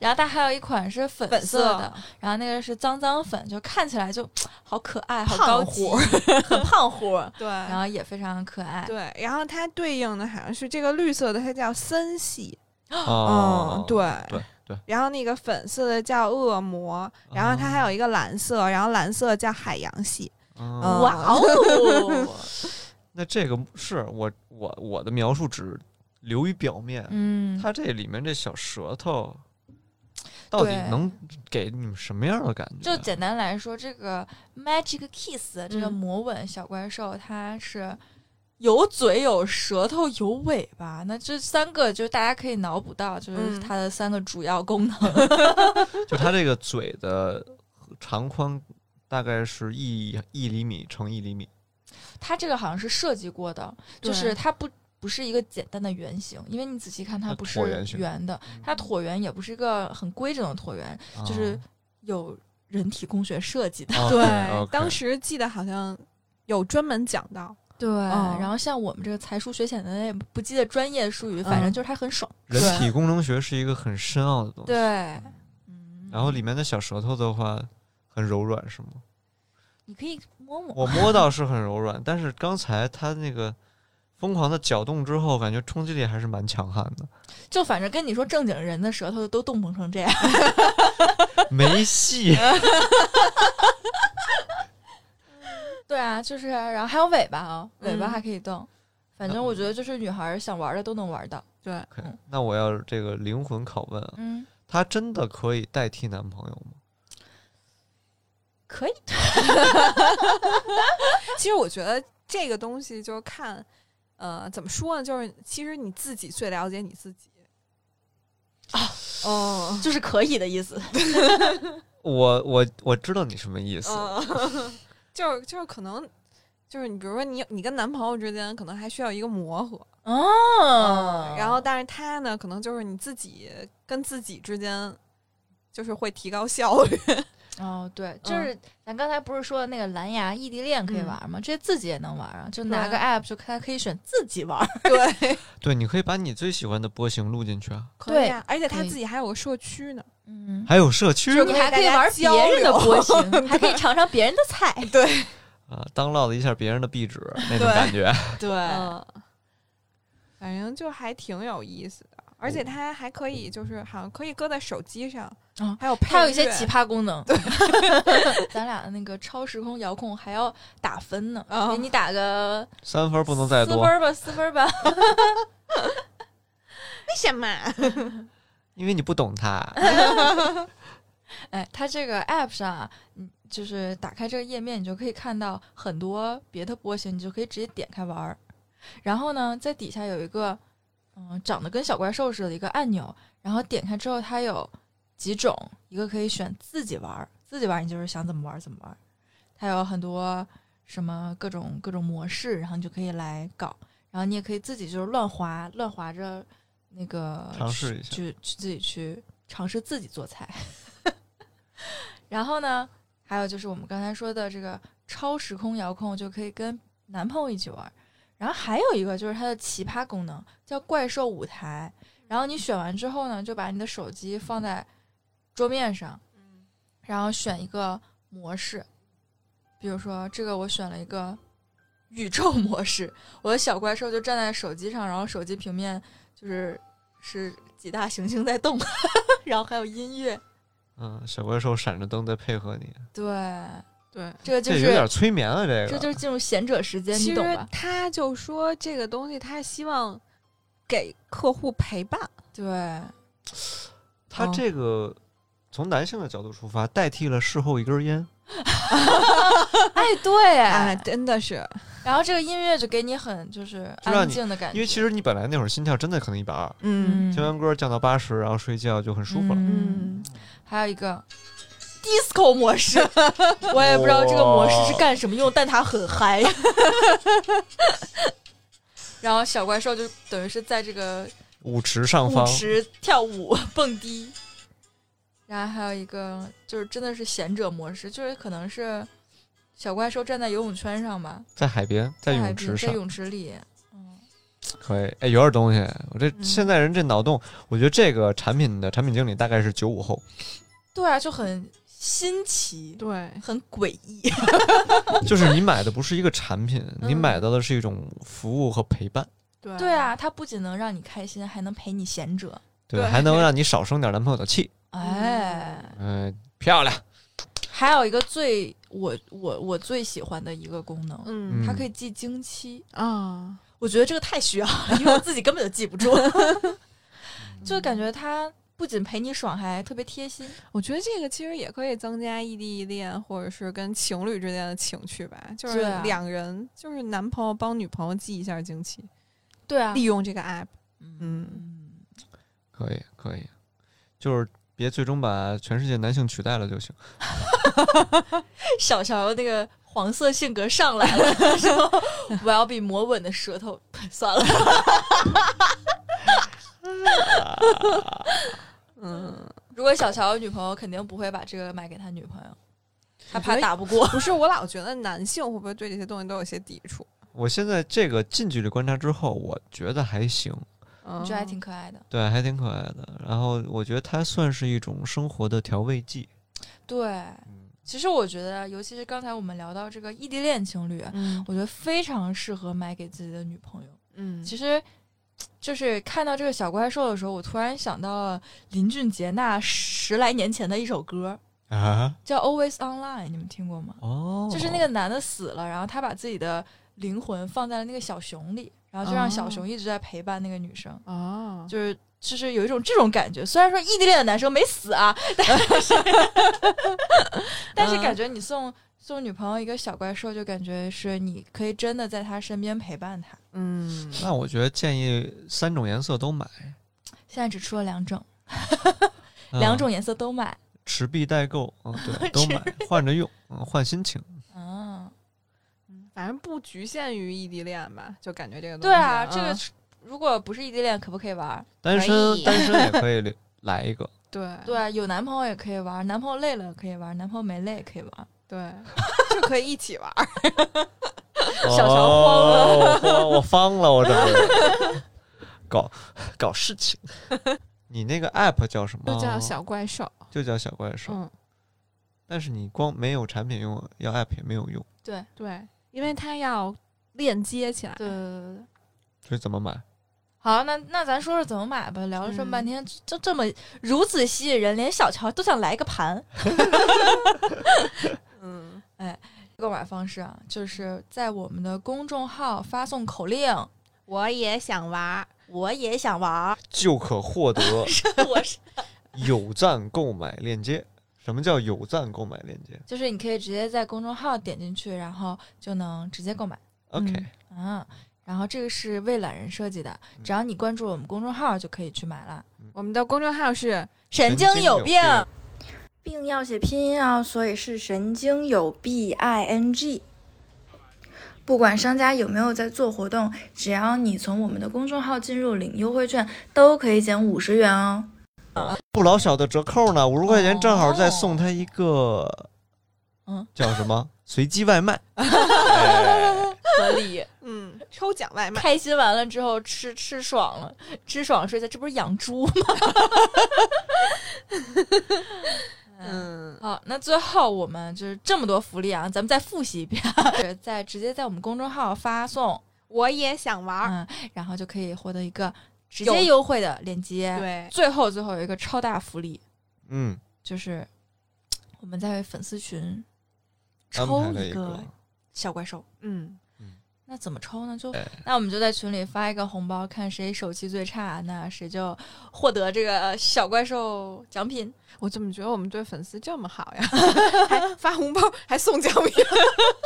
Speaker 1: 然后它还有一款是粉
Speaker 3: 粉
Speaker 1: 色的，然后那个是脏脏粉，就看起来就好可爱，好
Speaker 3: 胖
Speaker 1: 高级
Speaker 3: 乎，
Speaker 1: 很胖乎，
Speaker 3: 对，
Speaker 1: 然后也非常可爱。
Speaker 3: 对，然后它对应的好像是这个绿色的，它叫森系，
Speaker 2: 哦
Speaker 3: 嗯，，对。
Speaker 2: 对对，哦
Speaker 3: 然后那个粉色的叫恶魔，然后它还有一个蓝色，然后蓝色叫海洋系。
Speaker 2: 嗯
Speaker 3: 嗯
Speaker 1: 哇 哦！
Speaker 2: 那这个是我我我的描述只流于表面，
Speaker 1: 嗯，
Speaker 2: 它这里面这小舌头到底
Speaker 1: 对
Speaker 2: 能给你们什么样的感觉？
Speaker 1: 就简单来说，这个 Magic Kiss 这个
Speaker 3: 嗯
Speaker 1: 魔吻小怪兽，它是有嘴、有舌头、有尾巴。那这三个就是大家可以脑补到，就是
Speaker 3: 嗯
Speaker 1: 它的三个主要功 能。
Speaker 2: 就它这个嘴的长宽大概是一一厘米乘一厘米，
Speaker 1: 它这个好像是设计过的，就
Speaker 3: 对
Speaker 1: 是它不不是一个简单的圆形，因为你仔细看它
Speaker 2: 它
Speaker 1: 不是
Speaker 2: 椭圆形嗯
Speaker 1: 圆的，它椭圆也不是一个很规整的椭圆，嗯就是有人体工学设计的。
Speaker 2: 啊
Speaker 3: 对
Speaker 2: OK，OK
Speaker 3: 当时记得好像有专门讲到，
Speaker 1: 对，
Speaker 3: 哦
Speaker 1: 嗯然后像我们这个才疏学浅的，也不记得专业术语，反正
Speaker 3: 嗯
Speaker 1: 就是它很爽。
Speaker 2: 人体工程学是一个很深奥的东西。
Speaker 1: 对，
Speaker 2: 然后里面的小舌头的话很柔软，是吗？
Speaker 1: 你可以摸摸。
Speaker 2: 我摸到是很柔软，但是刚才它那个疯狂的搅动之后，感觉冲击力还是蛮强悍的，
Speaker 1: 就反正跟你说，正经人的舌头都冻蓬成这样。
Speaker 2: 没戏。
Speaker 1: 对啊，就是，然后还有尾巴啊、尾巴
Speaker 3: 嗯
Speaker 1: 还可以动。反正我觉得就是女孩儿想玩的都能玩到。
Speaker 3: 对，
Speaker 2: OK，那我要这个灵魂拷问啊，
Speaker 1: 嗯，
Speaker 2: 它真的可以代替男朋友吗？
Speaker 1: 可以。
Speaker 3: 其实我觉得这个东西就是看，呃，怎么说呢？就是其实你自己最了解你自己。 啊，哦，
Speaker 1: 就是可以的意思。
Speaker 2: 我我我知道你什么意思，
Speaker 3: 嗯， 就是就是可能就是你，比如说你你跟男朋友之间可能还需要一个磨合，
Speaker 1: 哦
Speaker 3: 然后但是他呢，可能就是你自己跟自己之间。就是会提高效率，
Speaker 1: 哦，对，就是咱刚才不是说的那个蓝牙异地恋可以玩吗？这自己也能玩嗯啊，就拿个
Speaker 3: 对
Speaker 1: app 就它可以选自己玩。
Speaker 3: 对，
Speaker 2: 对，你可以把你最喜欢的波形录进去啊，
Speaker 3: 可以啊，而且他
Speaker 1: 可以
Speaker 3: 自己还有个社区呢，
Speaker 1: 嗯，
Speaker 2: 还有社区
Speaker 1: 就是你还可以玩别人的波 形，还可以尝尝别人的菜。
Speaker 3: 对
Speaker 2: 啊，当烙了一下别人的壁 纸那种感觉。
Speaker 1: 对，
Speaker 3: 嗯，反正就还挺有意思的，而且它还可以就是好像可以搁在手机上，
Speaker 1: 嗯
Speaker 3: 还有
Speaker 1: 它有一
Speaker 3: 配
Speaker 1: 些
Speaker 3: 乐
Speaker 1: 奇葩功能。 咱俩的那个超时空遥控还要打分呢，
Speaker 3: 哦
Speaker 1: 给你打个
Speaker 2: 三分不能再
Speaker 1: 四
Speaker 2: 多
Speaker 1: 分，儿吧，四分儿 吧。
Speaker 3: 为什么？
Speaker 2: 因为你不懂它。
Speaker 1: 哎，它这个 app 上啊，嗯，就是打开这个页面，你就可以看到很多别的波形，你就可以直接点开玩儿。然后呢，在底下有一个嗯、长得跟小怪兽似的一个按钮，然后点开之后，它有几种，一个可以选自己玩儿，自己玩儿你就是想怎么玩儿怎么玩儿，它有很多什么各种各种模式，然后你就可以来搞，然后你也可以自己就是乱滑乱滑着那个
Speaker 2: 尝试一下
Speaker 1: 去去自己去尝试自己做菜。 然后呢，还有就是我们刚才说的这个超时空遥控，就可以跟男朋友一起玩儿。然后还有一个就是它的奇葩功能，叫怪兽舞台。然后你选完之后呢，就把你的手机放在桌面上，然后选一个模式，比如说这个我选了一个宇宙 模式，我的小怪兽就站在手机上，然后手机平面就是是几大行星在动， 然后还有音乐，
Speaker 2: 嗯，小怪兽闪着灯在配合你，
Speaker 1: 对，
Speaker 3: 对，
Speaker 1: 这个就
Speaker 2: 这
Speaker 1: 是
Speaker 2: 有点催眠啊，这
Speaker 1: 这
Speaker 2: 个。
Speaker 1: 就是进入贤者时间，
Speaker 3: 其
Speaker 1: 你
Speaker 3: 实
Speaker 1: 懂吧？
Speaker 3: 他就说这个东西，他希望给客户陪伴，
Speaker 1: 对，哎哦
Speaker 2: 它这个从男性的角度出发，代替了事后一根烟。
Speaker 1: 哎对，
Speaker 3: 啊，真的是，
Speaker 1: 然后这个音乐就给你很就是
Speaker 2: 就让
Speaker 1: 安
Speaker 2: 你
Speaker 1: 静的感觉，
Speaker 2: 因为其实你本来那会儿心跳真的可能一百二，
Speaker 3: 嗯
Speaker 2: 听完歌降到八十，然后睡觉就很舒服了。
Speaker 1: 嗯，还有一个 disco 模式，我也不知道这个模式是干什么用，但它很嗨。然后小怪兽就等于是在这个
Speaker 2: 舞池上
Speaker 1: 舞
Speaker 2: 方，
Speaker 1: 池跳舞蹦迪，然后还有一个就是真的是贤者模式，就是可能是小怪兽站在游泳圈上吧，
Speaker 2: 在海边，在
Speaker 1: 海
Speaker 2: 泳
Speaker 1: 边
Speaker 2: 池
Speaker 1: 在
Speaker 2: 上，
Speaker 1: 泳池里，嗯，
Speaker 2: 可以。哎，有点东西。我这
Speaker 1: 嗯
Speaker 2: 现在人这脑洞，我觉得这个产品的产品经理大概是九五后。
Speaker 1: 对啊，就很新奇，
Speaker 3: 对，
Speaker 1: 很诡异，
Speaker 2: 就是你买的不是一个产品，
Speaker 1: 嗯
Speaker 2: 你买到的是一种服务和陪伴，
Speaker 3: 对，
Speaker 1: 对，啊，它不仅能让你开心，还能陪你贤者，
Speaker 2: 对吧，
Speaker 3: 对
Speaker 2: 还能让你少生点男朋友的气。
Speaker 1: 哎。
Speaker 2: 嗯、漂亮，
Speaker 1: 还有一个最我我我最喜欢的一个功能，
Speaker 3: 嗯
Speaker 1: 它可以记经期。
Speaker 3: 啊，
Speaker 1: 我觉得这个太需要了，因为我自己根本就记不住，就感觉它不仅陪你爽，还特别贴心。
Speaker 3: 嗯我觉得这个其实也可以增加异地恋或者是跟情侣之间的情趣吧，就是
Speaker 1: 对啊
Speaker 3: 两人就是男朋友帮女朋友记一下经期，
Speaker 1: 对啊
Speaker 3: 利，用这个 app，嗯，
Speaker 1: 嗯，
Speaker 2: 可以可以，就是别最终把全世界男性取代了就行。
Speaker 1: 小乔那个黄色性格上来了，说我要比魔吻的舌头 算了，
Speaker 3: 嗯，
Speaker 1: 如果小乔有女朋友，肯定不会把这个买给他女朋友，他
Speaker 3: 我觉
Speaker 1: 怕
Speaker 3: 得
Speaker 1: 打不过。
Speaker 3: 不是，我老觉得男性会不会对这些东西都有些抵触？
Speaker 2: 我现在这个近距离观察之后，我觉得还行，
Speaker 3: 嗯，
Speaker 1: 我觉得还挺可爱的，
Speaker 2: 对，还挺可爱的。然后我觉得它算是一种生活的调味剂。
Speaker 1: 对。
Speaker 2: 嗯，
Speaker 1: 其实我觉得，尤其是刚才我们聊到这个异地恋情侣，
Speaker 3: 嗯
Speaker 1: 我觉得非常适合买给自己的女朋友。
Speaker 3: 嗯
Speaker 1: 其实，就是看到这个小怪兽的时候，我突然想到了林俊杰那十来年前的一首歌，
Speaker 2: 啊，
Speaker 1: 叫《Always Online》，你们听过吗？
Speaker 2: 哦，
Speaker 1: 就是那个男的死了，然后他把自己的灵魂放在了那个小熊里，然后就让
Speaker 3: 哦
Speaker 1: 小熊一直在陪伴那个女生，
Speaker 3: 啊，
Speaker 1: 就是就是有一种这种感觉。虽然说异地恋的男生没死啊， 但是但是感觉你送送女朋友一个小怪兽，就感觉是你可以真的在她身边陪伴她。
Speaker 3: 嗯，
Speaker 2: 那我觉得建议三种颜色都买，
Speaker 1: 现在只出了两种，
Speaker 2: 嗯
Speaker 1: 两种颜色都买。
Speaker 2: 持币代购，嗯，对，都买，换着用，嗯，换心情。
Speaker 1: 嗯，
Speaker 3: 反正不局限于异地恋吧，就感觉这个东西。
Speaker 1: 对啊，
Speaker 3: 嗯
Speaker 1: 这个如果不是异地恋，可不可以玩？
Speaker 2: 单
Speaker 4: 可
Speaker 2: 身
Speaker 4: 以
Speaker 2: 单身也可以来一个，
Speaker 3: 对
Speaker 1: 对啊，有男朋友也可以玩，男朋友累了可以玩，男朋友没累可以玩。
Speaker 3: 对，就可以一起玩儿。
Speaker 1: 小乔慌了
Speaker 2: 哦，我慌我方了，我这是搞搞事情。你那个 app 叫什么？
Speaker 3: 就叫小怪兽，
Speaker 2: 就叫小怪兽，
Speaker 3: 嗯，
Speaker 2: 但是你光没有产品用，要 app 也没有用，
Speaker 1: 对
Speaker 3: 对，因为它要链接起来，
Speaker 1: 对对对对。
Speaker 2: 所以怎么买？
Speaker 1: 好，那那咱说说怎么买吧。聊了这么半
Speaker 3: 嗯
Speaker 1: 天，就这么如此吸引人，连小乔都想来个盘。
Speaker 3: 嗯
Speaker 1: 购买方式啊，就是在我们的公众号发送口令，
Speaker 3: 我也想玩，
Speaker 1: 我也想玩。
Speaker 2: 就可获得
Speaker 1: 我是，
Speaker 2: 有赞购买链接。什么叫有赞购买链接
Speaker 1: 就是你可以直接在公众号点进去，然后就能直接购买。
Speaker 2: ？OK，、
Speaker 3: 嗯
Speaker 1: 嗯，然后这个是为懒人设计的，只要你关注我们公众号就可以去买了。
Speaker 3: 我们的公众号是
Speaker 1: 神经
Speaker 2: 经有
Speaker 1: 病，
Speaker 5: 病要写拼音啊，所以是神经有 B I N G。不管商家有没有在做活动，只要你从我们的公众号进入领优惠券，都可以减五十元哦。
Speaker 2: 不老小的折扣呢，五十块钱正好再送他一个，
Speaker 1: 哦嗯，
Speaker 2: 叫 什么随机外卖。哎
Speaker 1: 合理。
Speaker 3: 嗯抽奖外卖，
Speaker 1: 开心完了之后吃吃爽了，吃爽睡觉，这不是养猪吗？ 嗯。
Speaker 3: 嗯
Speaker 1: 好，那最后我们就是这么多福利啊，咱们再复习一遍， 是在直接在我们公众号发送，
Speaker 3: 我也想玩儿，
Speaker 1: 嗯，然后就可以获得一个直
Speaker 3: 有
Speaker 1: 接优惠的链接。，
Speaker 3: 对，
Speaker 1: 最后最后有一个超大福利，
Speaker 2: 嗯，
Speaker 1: 就是我们在粉丝群
Speaker 2: 安
Speaker 1: 抽
Speaker 2: 排了一
Speaker 1: 个小怪兽。
Speaker 3: 嗯
Speaker 1: 那怎么抽呢？就
Speaker 2: 哎
Speaker 1: 那我们就在群里发一个红包，看谁手气最差，那谁就获得这个小怪兽奖品。
Speaker 3: 我怎么觉得我们对粉丝这么好 呀？还发红包，还送奖品，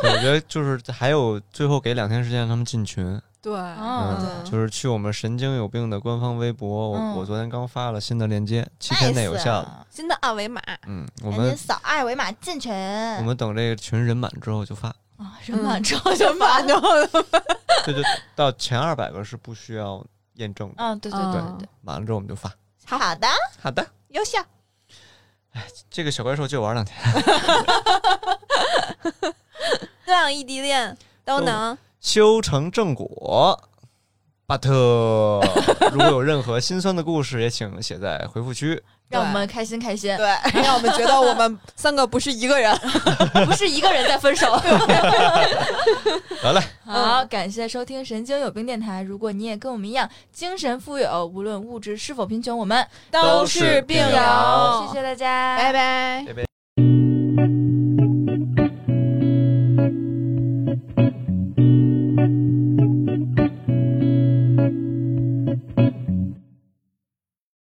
Speaker 2: 对我觉得就是还有最后给两天时间让他们进群，
Speaker 3: 对，
Speaker 1: 嗯
Speaker 3: 嗯
Speaker 2: 就是去我们神经有病的官方微博，我、
Speaker 1: 嗯哎
Speaker 2: 我昨天刚发了新的链接，七天内有效的。
Speaker 3: 新的二维码，
Speaker 2: 嗯，我
Speaker 4: 赶
Speaker 2: 们
Speaker 4: 紧扫二维码进群。
Speaker 2: 我们等这个群人满之后就发，
Speaker 1: 啊，人
Speaker 2: 嗯
Speaker 1: 满之后就
Speaker 3: 真
Speaker 1: 发
Speaker 3: 烦
Speaker 1: 的。
Speaker 3: 的，
Speaker 2: 对对，到前二百个是不需要验证的，
Speaker 1: 嗯，对对对对对，
Speaker 2: 满了之后我们就发。
Speaker 4: 好的，
Speaker 2: 好的，
Speaker 3: 优秀，
Speaker 2: 这个小怪兽就玩两天。
Speaker 3: 对啊，异地恋都能。
Speaker 2: 修成正果。巴特，如果有任何心酸的故事，也请写在回复区。
Speaker 1: 让我们开心开心，
Speaker 3: 对，让我们觉得我们三个不是一个人。
Speaker 1: 不是一个人在分手。
Speaker 2: 好嘞，
Speaker 1: 好，感谢收听《神经有病电台》。如果你也跟我们一样精神富有，无论物质是否贫穷，我们
Speaker 2: 都是病友
Speaker 4: 哎
Speaker 1: 谢谢大家，
Speaker 3: 拜拜。
Speaker 2: 拜拜。